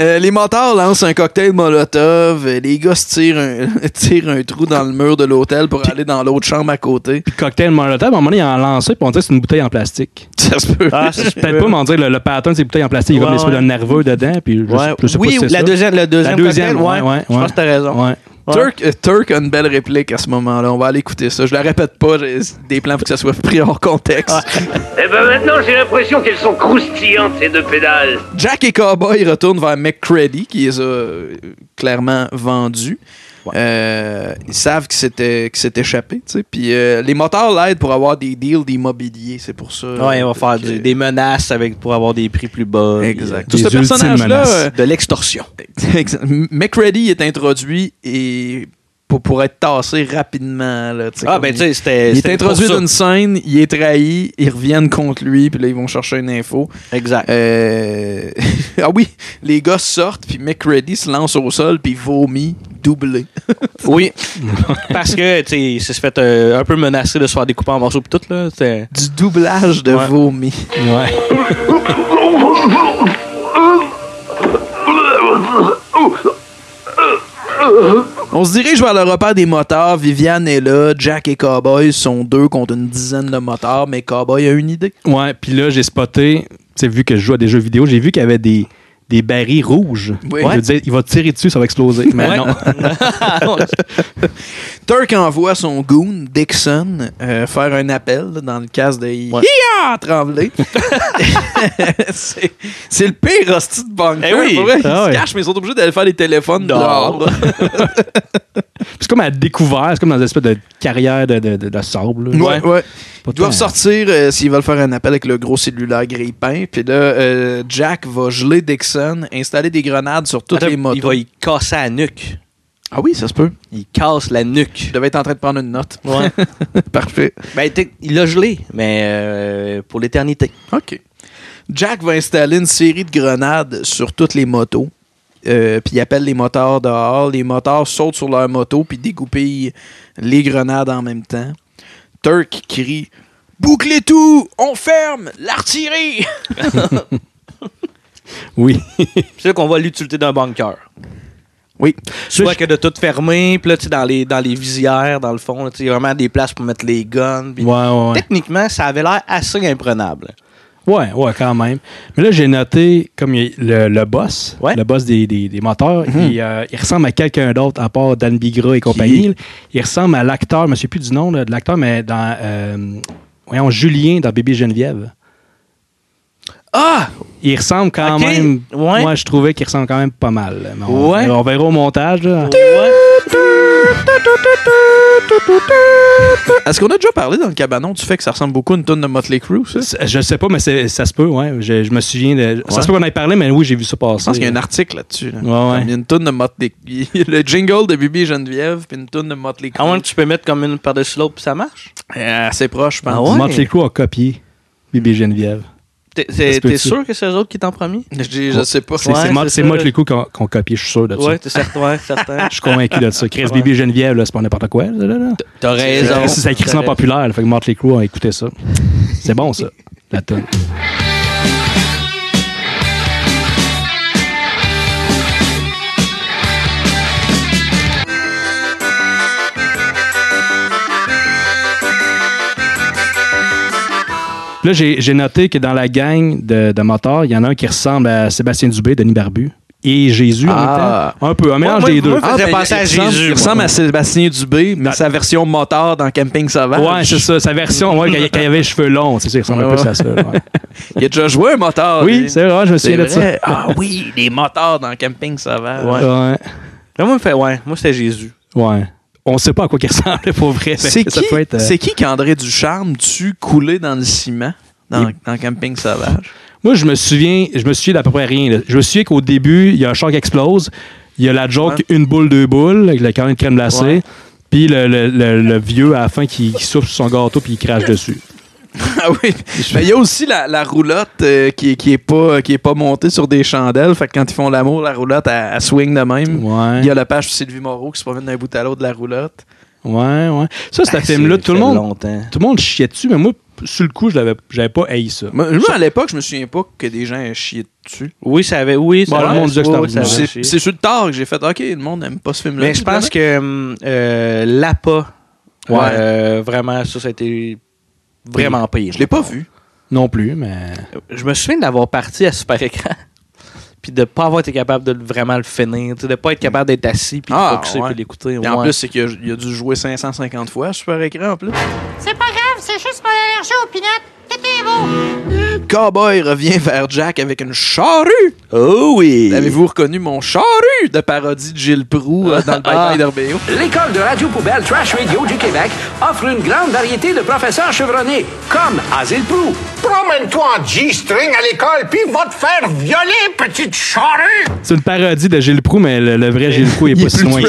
Speaker 1: Euh, les motards lancent un cocktail Molotov. euh, Les gars se tirent un, <laughs> tirent un trou dans le mur de l'hôtel pour aller dans l'autre chambre à côté.
Speaker 5: Puis cocktail Molotov, à un moment donné, il en lance, puis on dirait que c'est une bouteille en plastique.
Speaker 1: <laughs> Ça se peut.
Speaker 2: Ah, ça se <laughs>
Speaker 5: Peut-être
Speaker 2: peut.
Speaker 5: pas, mais on dirait le, le pattern de ces bouteilles en plastique, il y a
Speaker 2: Ouais,
Speaker 5: comme l'espèce
Speaker 2: ouais.
Speaker 5: de nerveux dedans, puis je,
Speaker 2: Ouais.
Speaker 5: je sais pas
Speaker 2: Oui,
Speaker 5: si c'est
Speaker 2: la
Speaker 5: ça.
Speaker 2: deuxième- le deuxième
Speaker 5: deuxième,
Speaker 2: cocktail, ouais. Je pense que t'as raison.
Speaker 5: Ouais.
Speaker 2: Ouais.
Speaker 1: Turk, euh, Turk a une belle réplique à ce moment-là. On va aller écouter ça. Je la répète pas. j'ai des plans pour que ça soit pris hors contexte.
Speaker 4: Eh ben maintenant, j'ai l'impression qu'elles sont croustillantes, ces deux pédales.
Speaker 1: Jack et Cowboy retournent vers McCready, qui les a euh, clairement vendus. Euh, ils savent qu'il s'était qu'il s'est échappé. tu sais. Puis euh, les moteurs l'aident pour avoir des deals d'immobilier. C'est pour ça.
Speaker 2: Ouais, on va faire
Speaker 1: que-
Speaker 2: du- des menaces avec, pour avoir des prix plus bas.
Speaker 1: Exact.
Speaker 2: Tout
Speaker 1: Tout
Speaker 2: ce
Speaker 1: ce
Speaker 2: personnage
Speaker 1: personnage-là, euh,
Speaker 2: de l'extorsion.
Speaker 1: Exact. McCready est introduit et pour, pour être tassé rapidement. Là, tu sais,
Speaker 2: Ah,
Speaker 1: comme
Speaker 2: ben,
Speaker 1: il-
Speaker 2: tu sais, c'était-
Speaker 1: Il est
Speaker 2: c'était pour
Speaker 1: introduit
Speaker 2: ça.
Speaker 1: dans une scène, il est trahi, ils reviennent contre lui, puis là, ils vont chercher une info.
Speaker 2: Exact.
Speaker 1: <laughs> ah oui, les gars sortent, puis McCready se lance au sol, puis vomit doublé.
Speaker 2: Oui. <laughs> Parce que, tu sais, il s'est fait euh, un peu menacer de se faire découper en morceaux pis tout, là. C'était-
Speaker 1: Du doublage de
Speaker 2: Ouais.
Speaker 1: vomi.
Speaker 5: Ouais.
Speaker 1: On se dirige vers le repas des motards. Viviane est là, Jack et Cowboy sont deux contre une dizaine de motards, mais Cowboy a une idée.
Speaker 5: Ouais, puis là, j'ai spoté, tu sais, vu que je joue à des jeux vidéo, j'ai vu qu'il y avait des, des barils rouges.
Speaker 1: Oui.
Speaker 5: Je me disais, il va tirer dessus, ça va exploser. Mais
Speaker 1: Ouais.
Speaker 5: non.
Speaker 2: <laughs>
Speaker 1: Turk envoie son goon, Dixon, euh, faire un appel là, dans le casque de Hi-ya! Tremblay. c'est c'est le pire hostie de bunker.
Speaker 2: Eh oui.
Speaker 1: pour vrai.
Speaker 5: Ah
Speaker 1: Ils
Speaker 5: ouais.
Speaker 1: se cachent, mais ils sont obligés d'aller faire des téléphones
Speaker 2: Dehors.
Speaker 1: dehors.
Speaker 5: C'est comme à découvert, c'est comme dans une espèce de carrière de, de, de, de sable. là.
Speaker 1: Ouais, ouais.
Speaker 5: Pas
Speaker 1: Ils doivent
Speaker 5: tant.
Speaker 1: sortir euh, s'ils veulent faire un appel avec le gros cellulaire grille-pain. Puis là, euh, Jack va geler Dixon, installer des grenades sur toutes
Speaker 2: Attends,
Speaker 1: les motos.
Speaker 2: Il va y casser la nuque.
Speaker 1: Ah oui, ça se peut.
Speaker 2: Il casse la nuque.
Speaker 1: Je devais être en train de prendre une note.
Speaker 2: Ouais.
Speaker 1: <laughs> Parfait.
Speaker 2: <laughs> ben, t'es- il l'a gelé, mais euh, pour l'éternité.
Speaker 1: OK. Jack va installer une série de grenades sur toutes les motos. Euh, puis il appelle les moteurs dehors. Les moteurs sautent sur leur moto puis dégoupillent les grenades en même temps. Turk crie Bouclez tout On ferme L'artillerie
Speaker 5: Oui.
Speaker 2: C'est là qu'on va l'utilité d'un bunker.
Speaker 1: Oui.
Speaker 2: Soit que de tout fermer, puis là, tu sais, dans les, dans les visières, dans le fond, là, tu sais, il y a vraiment des places pour mettre les guns. puis-
Speaker 5: <laughs> Ouais, ouais, ouais.
Speaker 2: Techniquement, ça avait l'air assez imprenable.
Speaker 5: Ouais, ouais, quand même. Mais là, j'ai noté, comme il- le, le boss,
Speaker 2: Ouais.
Speaker 5: le boss des, des, des moteurs, il, euh, il ressemble à quelqu'un d'autre, à part Dan Bigra et compagnie. là. Il ressemble à l'acteur, je ne sais plus du nom là, de l'acteur, mais dans, euh, voyons, Julien dans Bébé Geneviève.
Speaker 2: Ah!
Speaker 5: Il ressemble quand
Speaker 2: Ok,
Speaker 5: même.
Speaker 2: ouais.
Speaker 5: Moi, je trouvais qu'il ressemble quand même pas mal. là. Mais on,
Speaker 2: Ouais.
Speaker 5: on verra au montage. là.
Speaker 1: Est-ce qu'on a déjà parlé dans le cabanon du fait que ça ressemble beaucoup à une tonne de Motley Crue, ça?
Speaker 5: C'est- Je sais pas, mais c'est- ça se peut, ouais. Je, je me souviens de. Ça se peut qu'on ait parlé, mais oui, j'ai vu ça passer.
Speaker 1: Je pense qu'il y a un article là-dessus. là.
Speaker 5: Ouais, ouais.
Speaker 1: Il y a une tonne de Motley Crue. <laughs> Le jingle de Bibi et Geneviève, puis une tonne de Motley
Speaker 5: Ah,
Speaker 1: Crue.
Speaker 2: À moins que tu peux mettre comme une par-dessus l'autre, puis ça marche.
Speaker 1: Euh, Assez proche, je pense.
Speaker 2: Ah ouais?
Speaker 5: Motley Crue a copié Bébé Geneviève.
Speaker 2: T'es-
Speaker 5: Ça se
Speaker 2: T'es
Speaker 5: peut-tu? Oh,
Speaker 2: t'es sûr que c'est eux autres qui t'ont promis?
Speaker 1: Je, je sais pas.
Speaker 5: Ah, C'est
Speaker 2: Ouais,
Speaker 5: c'est Mot-
Speaker 2: c'est
Speaker 5: c'est
Speaker 2: ça,
Speaker 5: Motley
Speaker 2: là.
Speaker 5: Crue qu'on qu'on copie, je suis sûr de ça.
Speaker 2: Ouais, t'es certain, certain.
Speaker 5: Je suis convaincu de ça. Chris Bébé Geneviève, là, c'est pas n'importe quoi. là, là, là.
Speaker 2: <laughs> T'as raison.
Speaker 5: Euh, C'est un crissement populaire. là, Fait que Motley Crue a écouté ça. C'est bon, ça. La tonne. Là, j'ai j'ai noté que dans la gang de, de motards, il y en a un qui ressemble à Sébastien Dubé, Denis Barbu. Et Jésus
Speaker 1: Ah.
Speaker 5: en même temps. Un peu, un mélange
Speaker 2: moi,
Speaker 5: des deux.
Speaker 2: moi, Ah, faisait
Speaker 1: ben,
Speaker 2: penser
Speaker 1: il
Speaker 2: à
Speaker 1: ressemble-
Speaker 2: Jésus,
Speaker 1: Il
Speaker 2: moi.
Speaker 1: ressemble à Sébastien Dubé, mais sa version motard dans Camping Sauvage.
Speaker 5: Ouais, c'est ça. Sa version, ouais, quand il- quand il avait les cheveux longs, c'est ça, il ressemble un peu à ça. ouais.
Speaker 1: Il a déjà joué un motard.
Speaker 5: Oui,
Speaker 1: lui.
Speaker 5: c'est vrai, je me
Speaker 1: C'est
Speaker 5: souviens de ça.
Speaker 1: vrai. Ah oui, les motards dans Camping Sauvage.
Speaker 5: Ouais.
Speaker 2: Là, moi, me fait, ouais, moi, c'était Jésus.
Speaker 5: Ouais. On sait pas à quoi il ressemble, pour vrai.
Speaker 1: C'est
Speaker 5: Ça
Speaker 1: qui,
Speaker 5: peut être, euh,
Speaker 1: c'est qui qu'André Ducharme tue coulé dans le ciment, dans, dans Camping Sauvage?
Speaker 5: Moi, je me souviens, je me souviens d'à peu près rien. là. Je me souviens qu'au début, il y a un char qui explose. Il y a la joke une boule, deux boules, avec le carnet de crème glacée.
Speaker 1: Ouais.
Speaker 5: Puis le, le- le- le vieux, à la fin, qui, qui souffle sur son gâteau puis il crache dessus.
Speaker 1: Ah oui. Mais il y a aussi la, la roulotte euh, qui, est- qui est pas, qui est pas montée sur des chandelles. Fait que quand ils font l'amour, la roulotte, elle, elle swing de même. Il y a la page de Sylvie Moreau qui se promène d'un bout à l'autre de la roulotte.
Speaker 5: Ouais, ouais. Ça,
Speaker 2: Ah,
Speaker 5: c'est
Speaker 1: Ben,
Speaker 5: un film-là,
Speaker 1: c'est-
Speaker 5: tout le
Speaker 1: ça fait
Speaker 5: monde.
Speaker 2: longtemps.
Speaker 5: Tout le monde chiait dessus, mais moi, sur le coup, je l'avais, j'avais pas haï ça.
Speaker 1: Moi, moi, à l'époque, je me souviens pas que des gens aient chié dessus.
Speaker 2: Oui, ça avait. Oui, ça
Speaker 1: Bon, le
Speaker 2: avait-
Speaker 1: monde disait que
Speaker 2: oui,
Speaker 1: c'était
Speaker 2: oui, ça
Speaker 1: ordinaire.
Speaker 2: avait
Speaker 1: C'est
Speaker 2: chié.
Speaker 1: c'est sur le tard que j'ai fait OK, le monde n'aime pas ce film-là.
Speaker 2: Mais je pense que hum, euh, l'APA,
Speaker 1: Ouais.
Speaker 2: euh, vraiment, ça, ça a été vraiment pire.
Speaker 1: Je l'ai pas vu.
Speaker 5: Non plus, mais.
Speaker 2: Je me souviens d'avoir parti à super écran. <laughs> Puis de pas avoir été capable de le- vraiment le finir, tu sais, de pas être capable d'être assis, puis de
Speaker 1: Ah,
Speaker 2: focusser,
Speaker 1: ouais.
Speaker 2: puis l'écouter.
Speaker 1: Et en
Speaker 2: ouais.
Speaker 1: plus, c'est qu'il a, il a dû jouer 550 fois à super écran en plus.
Speaker 11: C'est pas grave, c'est juste mon allergie aux pinottes. T'étais beau.
Speaker 1: Cowboy revient vers Jack avec une charrue. Oh oui. Avez-vous reconnu mon charrue de parodie de Gilles Proux euh, dans le
Speaker 2: Ah.
Speaker 1: Bye Bye d'RBO?
Speaker 10: L'école de radio poubelle Trash Radio du Québec offre une grande variété de professeurs chevronnés, comme Asile Prou.
Speaker 12: Promène-toi en G-string à l'école, puis va te faire violer, petite charrue!
Speaker 5: C'est une parodie de Gilles Proux, mais le, le vrai Gilles Proux, il est pas si loin.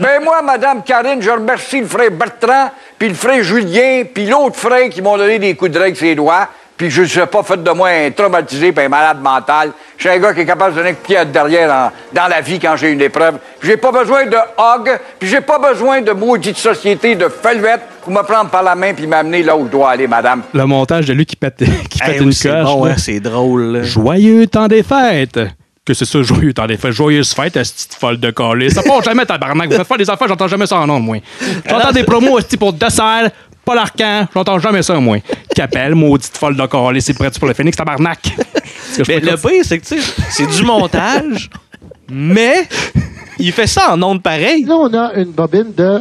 Speaker 22: ben moi, Madame Karine, je remercie le frère Bertrand, Ah, puis le frère Julien, puis l'autre frère qui m'ont donné des coups de règle ses doigts, puis je ne suis pas fait de moi un traumatisé puis un malade mental. Je suis un gars qui est capable de donner un pied derrière dans, dans la vie quand j'ai une épreuve. J'ai pas besoin de hog, puis j'ai pas besoin de maudite société de felvette pour me prendre par la main puis m'amener là où je dois aller, Madame.
Speaker 5: Le montage de lui qui pète, <laughs> qui pète
Speaker 2: Hey,
Speaker 5: une
Speaker 2: oui, c'est
Speaker 5: coche.
Speaker 2: bon,
Speaker 5: là.
Speaker 2: hein, c'est drôle. là.
Speaker 5: Joyeux temps des fêtes! Que c'est ça, joyeux temps des fêtes. Joyeuse fête, petite folle de coller. Ça part jamais, tabarnak. Vous faites faire des affaires, j'entends jamais ça en nom, moi. J'entends des promos aussi pour dessert, Paul Arcan, j'entends jamais ça, moi. Capelle, maudite folle de coller, c'est prêt pour le phoenix, tabarnak. Parce que je
Speaker 2: Mais
Speaker 5: peux
Speaker 2: le pire, c'est que tu sais, c'est du <laughs> montage, mais il fait ça en ondes pareil.
Speaker 23: Là, on a une bobine de,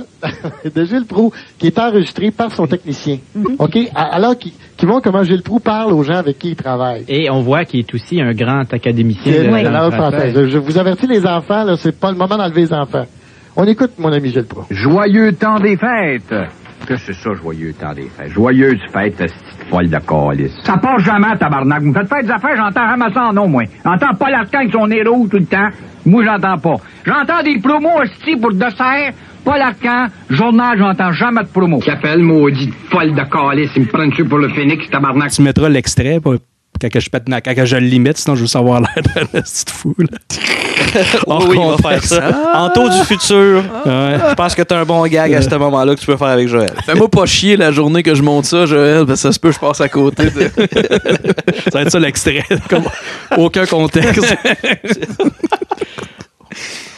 Speaker 23: de Gilles Proux qui est enregistrée par son technicien. OK? A- Alors, qui, qui montre comment Gilles Proux parle aux gens avec qui il travaille.
Speaker 24: Et on voit qu'il est aussi un grand académicien
Speaker 23: C'est
Speaker 24: de,
Speaker 23: la
Speaker 24: la langue
Speaker 23: langue
Speaker 24: française.
Speaker 23: française. Je vous avertis, les enfants, là, c'est pas le moment d'enlever les enfants. On écoute mon ami Gilles Proux.
Speaker 22: Joyeux temps des fêtes! Que c'est ça, joyeux temps des fêtes? Joyeuse fête, petite folle de calice.
Speaker 25: Ça passe jamais, tabarnak. Vous me faites faire des affaires, j'entends ramasser en nom, moi. J'entends pas l'arcan avec son nez rouge tout le temps. Moi, j'entends pas. J'entends des promos hosties pour dessert. Pas l'arcan, journal, j'entends jamais de promos. Qu'appelle, maudit folle de calice. Il me prend dessus pour le phénix, tabarnak.
Speaker 5: Tu mettras l'extrait pour- quand que je pète ma- quand que je le limite, sinon je veux savoir l'air de la petite fou.
Speaker 25: <laughs>
Speaker 5: là. Hors
Speaker 2: oui, il Oh, va faire
Speaker 5: contexte.
Speaker 2: ça. Anto du futur. Je pense que t'as un bon gag à ce moment-là que tu peux faire avec Joël.
Speaker 1: Fais-moi pas chier la journée que je monte ça, Joël, parce que ça se peut que je passe à côté. de-
Speaker 5: Ça va être ça l'extrait. <laughs> Comme-
Speaker 2: <laughs>
Speaker 5: Aucun contexte.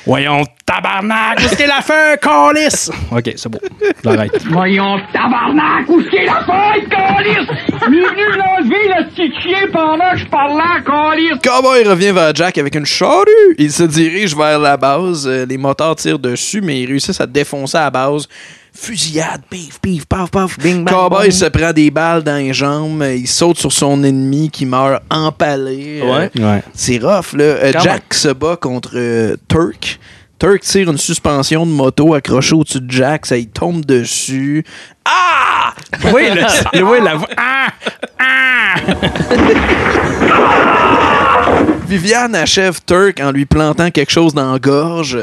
Speaker 5: Voyons, tabarnak, qu'est-ce qu'il a fait, un calice? Ok, c'est bon. J'arrête.
Speaker 25: Voyons, tabarnak, où c'est la fête, calice? Il est venu l'enlever, le petit chien, pendant que je parlais, calice.
Speaker 1: Cowboy revient vers Jack avec une charrue. Il se dirige vers la base. Euh, Les moteurs tirent dessus, mais ils réussissent à défoncer la base. Fusillade, pif, pif, paf, paf. Cowboy se prend des balles dans les jambes. Euh, Il saute sur son ennemi qui meurt empalé. Euh,
Speaker 2: Ouais.
Speaker 5: Ouais.
Speaker 1: C'est rough, là. Euh,
Speaker 2: Quand
Speaker 1: Jack se bat contre euh, Turk. Turk tire une suspension de moto accrochée au-dessus de Jack. Ça, il tombe dessus. Ah!
Speaker 5: Oui, <laughs> le- oui, la voix. Ah!
Speaker 1: Viviane achève Turk en lui plantant quelque chose dans la gorge.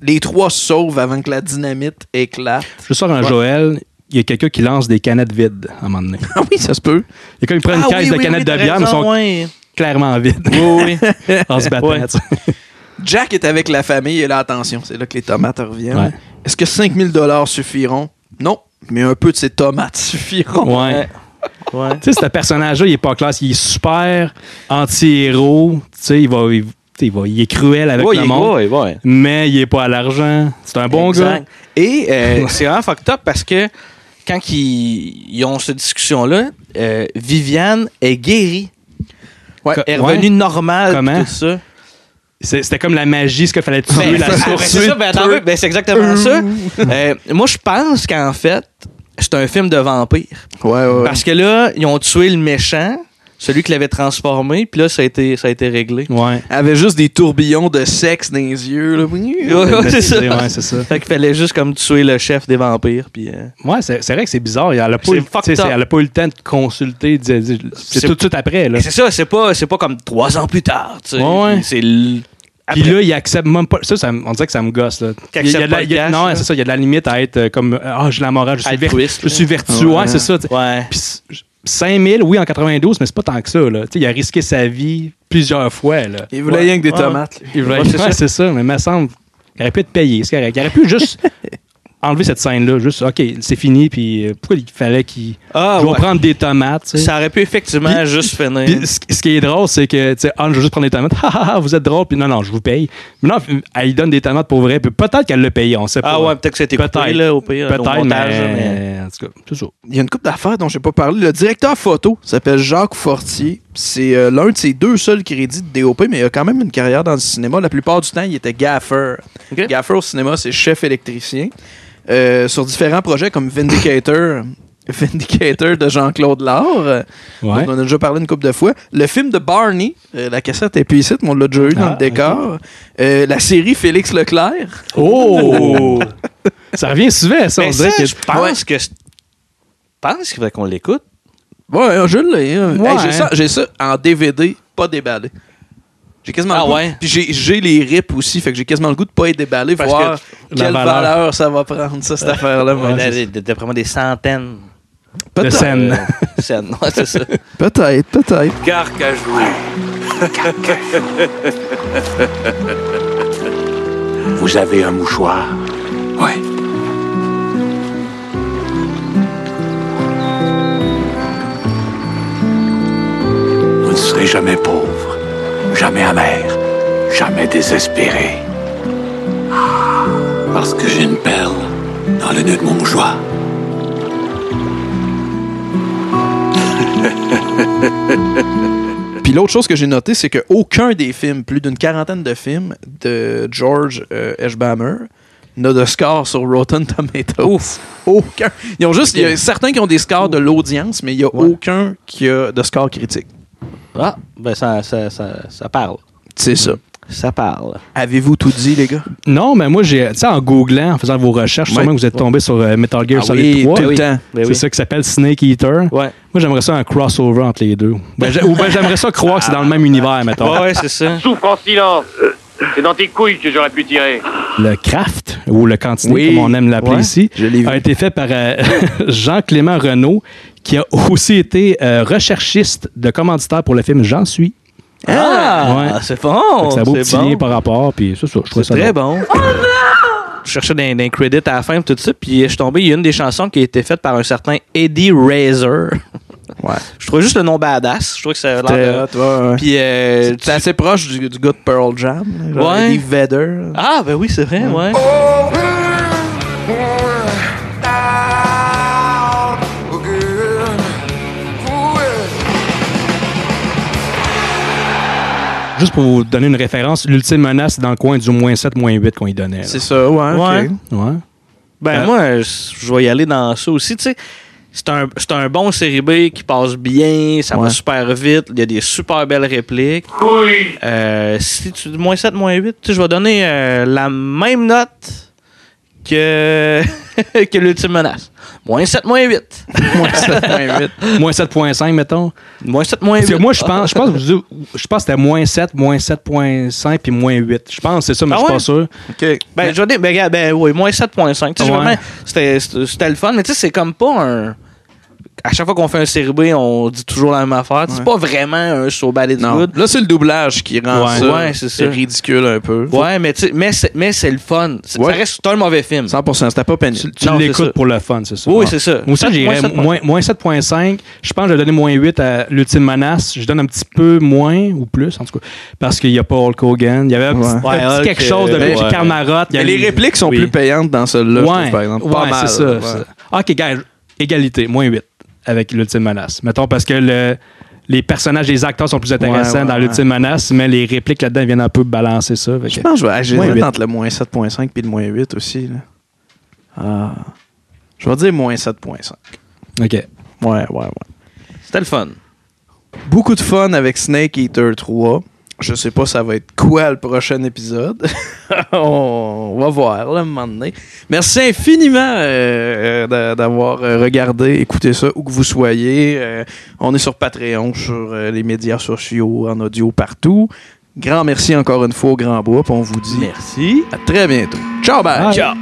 Speaker 1: Les trois se sauvent avant que la dynamite éclate.
Speaker 5: Je sors un
Speaker 1: Ouais.
Speaker 5: Joël. Il y a quelqu'un qui lance des canettes vides à un moment donné.
Speaker 1: <laughs> Ah oui, ça se peut.
Speaker 5: Il y a comme il prend une
Speaker 2: Ah oui,
Speaker 5: caisse de
Speaker 2: oui,
Speaker 5: canettes
Speaker 2: oui,
Speaker 5: de
Speaker 2: t'as
Speaker 5: bière, mais
Speaker 2: raison,
Speaker 5: sont
Speaker 2: ouais.
Speaker 5: clairement vides.
Speaker 2: Oui, oui.
Speaker 5: <laughs> en se battant.
Speaker 2: Ouais.
Speaker 5: tu sais.
Speaker 1: Jack est avec la famille et là, attention, c'est là que les tomates reviennent.
Speaker 5: Ouais.
Speaker 1: Est-ce que 5000 dollars suffiront? Non, mais un peu de ces tomates <laughs> suffiront.
Speaker 5: Ouais. Tu sais, ce personnage-là, il est pas classe. Il est super anti-héros. Tu sais, il va. Il, tu sais, il va- il est cruel avec
Speaker 2: Ouais,
Speaker 5: le
Speaker 2: il est-
Speaker 5: monde.
Speaker 2: ouais, ouais.
Speaker 5: Mais il est pas à l'argent. C'est un bon
Speaker 2: Exact.
Speaker 5: gars.
Speaker 2: Et euh, c'est vraiment fucked up parce que quand ils, ils ont cette discussion-là, euh, Viviane est guérie.
Speaker 1: Ouais.
Speaker 2: Elle est revenue
Speaker 5: Ouais.
Speaker 2: normale. puis
Speaker 5: Comment?
Speaker 2: Tout <laughs> ça.
Speaker 5: C'est- C'était comme la magie, ce que fallait tuer
Speaker 2: Ben,
Speaker 5: la
Speaker 2: ben, ben,
Speaker 5: source.
Speaker 2: c'est ça, ben, attends, ben, ben, c'est exactement ça. Euh, moi, je pense qu'en fait, c'est un film de vampire.
Speaker 1: ouais.
Speaker 2: Parce que là, ils ont tué le méchant. Ils celui qui l'avait transformé, puis là, ça a été, ça a été réglé.
Speaker 5: Ouais.
Speaker 1: Elle avait juste des tourbillons de sexe dans les yeux. Là.
Speaker 2: ouais, c'est ça.
Speaker 5: Ouais, c'est ça.
Speaker 2: Fait qu'il fallait juste comme tuer le chef des vampires, puis. euh,
Speaker 5: Ouais, c'est c'est vrai que c'est bizarre. Elle a, pas
Speaker 2: C'est
Speaker 5: eu,
Speaker 2: fucked
Speaker 5: t'sais, c'est-
Speaker 2: up.
Speaker 5: elle a pas eu le temps de consulter. de- de- C'est
Speaker 2: C'est-
Speaker 5: tout de suite après. Là.
Speaker 2: C'est ça, c'est pas, c'est pas comme trois ans plus tard. tu sais.
Speaker 5: Ouais, ouais.
Speaker 2: C'est l-
Speaker 5: Puis là, il accepte même pas. Ça, ça me- on dirait que ça me gosse. Là.
Speaker 2: Qu'il
Speaker 5: Il y
Speaker 2: accepte
Speaker 5: a de la-
Speaker 2: pas le
Speaker 5: il y a-
Speaker 2: cash,
Speaker 5: non,
Speaker 2: là.
Speaker 5: c'est ça. Il y a de la limite à être euh, comme euh, Ah, j'ai la morale, je suis, ver-
Speaker 2: Altruiste,
Speaker 5: je
Speaker 2: là.
Speaker 5: suis vertueux. Ouais,
Speaker 2: Ouais.
Speaker 5: c'est ça. t'sais. Puis c- 5000, oui, en 92, mais c'est pas tant que ça. Là. T'sais, Il a risqué sa vie plusieurs fois. Là.
Speaker 1: Il voulait rien que des tomates, lui.
Speaker 5: Il voulait
Speaker 1: Ouais, c'est
Speaker 5: <laughs>
Speaker 1: ça.
Speaker 5: Ouais, c'est ça. Mais il me semble qu'il aurait pu être payé. c'est correct. Il aurait pu juste <laughs> enlever cette scène-là. Juste, OK, c'est fini. Puis euh, pourquoi il fallait qu'il.
Speaker 2: Ah,
Speaker 5: je vais
Speaker 2: ouais.
Speaker 5: prendre des tomates. t'sais.
Speaker 2: Ça aurait pu effectivement
Speaker 5: Puis-
Speaker 2: juste finir.
Speaker 5: Puis ce, ce qui est drôle, c'est que, tu sais, ah, je veux juste prendre des tomates. <laughs> Ha, ha, ha, vous êtes drôle. Puis non, non, je vous paye. Mais non, elle lui donne des tomates pour vrai. Puis peut-être qu'elle l'a payé, on sait pas.
Speaker 2: ah ouais, peut-être que c'était coupé,
Speaker 5: Peut-être.
Speaker 2: là, au pire. au
Speaker 5: Peut-être,
Speaker 2: montage, là, mais-
Speaker 5: mais... En tout cas, c'est ça.
Speaker 1: Il y a une coupe d'affaires dont j'ai pas parlé. Le directeur photo s'appelle Jacques Fortier. C'est euh, l'un de ses deux seuls crédits de DOP, mais il a quand même une carrière dans le cinéma. La plupart du temps, il était gaffer. Gaffer au cinéma, c'est chef électricien. Euh, sur différents projets comme Vindicator, <laughs> Vindicator de Jean-Claude Laure, euh, dont
Speaker 5: Ouais.
Speaker 1: on a déjà parlé une couple de fois. Le film de Barney, euh, la cassette est plus ici, mais on l'a déjà eu dans
Speaker 5: Ah,
Speaker 1: le décor. Euh, la série Félix Leclerc.
Speaker 5: Oh! <laughs> ça revient souvent, ça.
Speaker 2: Mais
Speaker 5: on dirait
Speaker 2: ça,
Speaker 5: que-
Speaker 2: je pense que. c'est- Je pense qu'il faudrait qu'on l'écoute.
Speaker 1: Ouais, je l'ai. hein.
Speaker 5: Ouais,
Speaker 1: Hey, j'ai,
Speaker 5: hein.
Speaker 1: ça, j'ai ça en DVD, pas déballé. J'ai quasiment
Speaker 2: Ah
Speaker 1: le goût.
Speaker 2: ouais?
Speaker 1: Puis j'ai, j'ai les rips aussi, fait que j'ai quasiment le goût de pas être déballé,
Speaker 2: Parce
Speaker 1: voir
Speaker 2: que la
Speaker 1: quelle valeur.
Speaker 2: valeur.
Speaker 1: ça va prendre, ça, cette affaire-là. moi.
Speaker 2: Ouais, là, il y a d- vraiment des centaines.
Speaker 1: Peut-être.
Speaker 5: scènes.
Speaker 2: Euh, scènes, ouais, c'est ça.
Speaker 1: Peut-être, peut-être.
Speaker 3: Carcajou.
Speaker 6: Vous avez un mouchoir
Speaker 3: Ouais.
Speaker 6: Vous ne serez jamais pauvre, jamais amer, jamais désespéré. Ah, Parce que j'ai une perle dans le nœud de mon mouchoir.
Speaker 1: Puis l'autre chose que j'ai noté, c'est qu'aucun des films, plus d'une quarantaine de films de George euh, Eschbammer, n'a de score sur Rotten Tomatoes. Aucun. Ils ont juste, il y a certains qui ont des scores de l'audience, mais il n'y a aucun qui a de score critique.
Speaker 2: Ah, ben ça, ça, ça, ça parle.
Speaker 1: C'est ça.
Speaker 2: Ça parle.
Speaker 1: Avez-vous tout dit, les gars?
Speaker 5: <laughs> Non, mais moi, j'ai, tu sais, en googlant, en faisant vos recherches,
Speaker 1: Ouais.
Speaker 5: sûrement que vous êtes tombé sur euh, Metal Gear
Speaker 1: Ah
Speaker 5: Solid
Speaker 1: oui,
Speaker 5: 3.
Speaker 1: tout le
Speaker 5: Oui.
Speaker 1: temps.
Speaker 5: C'est
Speaker 1: Ben oui.
Speaker 5: ça qui s'appelle Snake Eater. Moi, j'aimerais ça un crossover entre les deux. Ben, j'ai- ou ben, j'aimerais ça croire que c'est dans le même univers, mettons.
Speaker 2: ça.
Speaker 14: Souffre en silence. C'est dans tes couilles que j'aurais pu tirer.
Speaker 5: Le craft, ou le cantiné,
Speaker 14: Oui.
Speaker 5: comme on aime l'appeler
Speaker 14: Ouais,
Speaker 5: ici, a été fait par euh, <laughs> Jean-Clément Renault, qui a aussi été euh, recherchiste de commanditaire pour le film J'en suis.
Speaker 2: Ah, c'est bon,
Speaker 5: C'est un beau
Speaker 2: c'est
Speaker 5: petit
Speaker 2: bon.
Speaker 5: lien par rapport, puis c'est ça, je trouvais ça
Speaker 2: Très
Speaker 5: drôle.
Speaker 2: bon. Je cherchais des, des crédits à la fin, tout ça, puis euh, je suis tombé, il y a une des chansons qui a été faite par un certain Eddie Razor.
Speaker 1: <laughs> Ouais.
Speaker 2: Je trouvais juste le nom badass. Je trouvais que ça a
Speaker 1: C'était
Speaker 2: l'air
Speaker 1: hot,
Speaker 2: de-
Speaker 1: ouais, ouais.
Speaker 2: Puis, euh,
Speaker 1: C'est assez proche du, du gars de Pearl Jam. là, genre
Speaker 2: Ouais.
Speaker 1: Eddie Vedder.
Speaker 2: Ah, ben oui, c'est
Speaker 1: Mm.
Speaker 2: vrai, ouais.
Speaker 5: Juste pour vous donner une référence, l'ultime menace, c'est dans le coin du moins 7, moins 8 qu'on y donnait. là.
Speaker 1: C'est ça, ouais. ok.
Speaker 2: Ouais.
Speaker 5: Ouais.
Speaker 2: Ben,
Speaker 5: Euh,
Speaker 2: moi, je je vais y aller dans ça aussi. Tu sais, c'est un, c'est un bon série B qui passe bien, ça va
Speaker 5: Ouais.
Speaker 2: super vite, il y a des super belles répliques.
Speaker 14: Oui.
Speaker 2: Euh, si tu dis moins 7, moins 8, tu sais, je vais donner euh, la même note que, <laughs> que l'ultime menace. Moins 7, moins 8.
Speaker 5: moins 7.8. <laughs> moins 7.5, mettons.
Speaker 2: Moins 7, moins
Speaker 5: Parce que moi, je pense, je pense, que vous- je pense que c'était moins 7, moins 7.5, puis moins 8. Je pense que c'est ça, mais
Speaker 2: Ah
Speaker 5: je suis
Speaker 2: ouais?
Speaker 5: pas sûr.
Speaker 1: OK.
Speaker 2: Ben, je vais dire, ben, regarde, ben, oui, moins 7.5. Tu sais,
Speaker 5: Ouais.
Speaker 2: vraiment, c'était- c'était c'était le fun, mais tu sais, c'est comme pas un. À chaque fois qu'on fait un série B, on dit toujours la même affaire. Tu sais, C'est pas vraiment un so bad it's
Speaker 1: Non.
Speaker 2: good.
Speaker 1: Là, c'est le doublage qui rend
Speaker 2: Ouais.
Speaker 1: ça,
Speaker 2: Ouais, c'est ça.
Speaker 1: ridicule un peu.
Speaker 2: Ouais, mais, tu sais, mais c'est mais c'est le fun. C'est- Ça reste c'est un mauvais film.
Speaker 1: 100%, c'était pas pénible.
Speaker 5: Tu
Speaker 2: Non, c'est
Speaker 5: l'écoutes
Speaker 2: ça.
Speaker 5: pour le fun, c'est ça.
Speaker 2: Oui,
Speaker 5: Ouais.
Speaker 2: c'est ça.
Speaker 5: Moi aussi, j'irais
Speaker 2: Moins 7.5.
Speaker 5: moins, moins 7.5. Je pense que je vais donner moins 8 à l'ultime menace. Je donne un petit peu moins ou plus, en tout cas, parce qu'il n'y a pas Hulk Hogan. Il y avait un petit, un
Speaker 1: Ouais,
Speaker 5: petit
Speaker 1: Hulk,
Speaker 5: quelque chose de
Speaker 1: euh,
Speaker 5: plus.
Speaker 1: ouais.
Speaker 5: Karl Marotte, il y
Speaker 1: Mais
Speaker 5: a
Speaker 1: les
Speaker 5: les-
Speaker 1: répliques sont
Speaker 5: oui.
Speaker 1: plus payantes dans celle-là, je trouve, par exemple. Pas
Speaker 5: ouais,
Speaker 1: mal,
Speaker 5: c'est ça.
Speaker 1: ouais.
Speaker 5: c'est ça. Ah, Ok, gars, égalité, moins 8 avec l'ultime menace. Mettons parce que le- les personnages, les acteurs sont plus intéressants
Speaker 1: Ouais, ouais,
Speaker 5: dans
Speaker 1: ouais.
Speaker 5: l'ultime menace, mais les répliques là-dedans viennent un peu balancer ça.
Speaker 1: Je pense que je vais
Speaker 5: Moins
Speaker 1: agir
Speaker 5: huit.
Speaker 1: entre le moins 7.5 et le moins 8 aussi. là. Ah. Je vais dire moins 7.5.
Speaker 5: Ok.
Speaker 1: Ouais, ouais, ouais.
Speaker 2: C'était le fun.
Speaker 1: Beaucoup de fun avec Snake Eater 3. Je sais pas ça va être quoi le prochain épisode. <laughs> on va voir là, un moment donné. Merci infiniment euh, euh, d'a- d'avoir euh, regardé, écouté ça où que vous soyez. Euh, on est sur Patreon, sur euh, les médias sociaux, en audio partout. Grand merci encore une fois au Grand Bois, puis on vous dit merci. À très bientôt. Ciao bye.
Speaker 2: Ciao.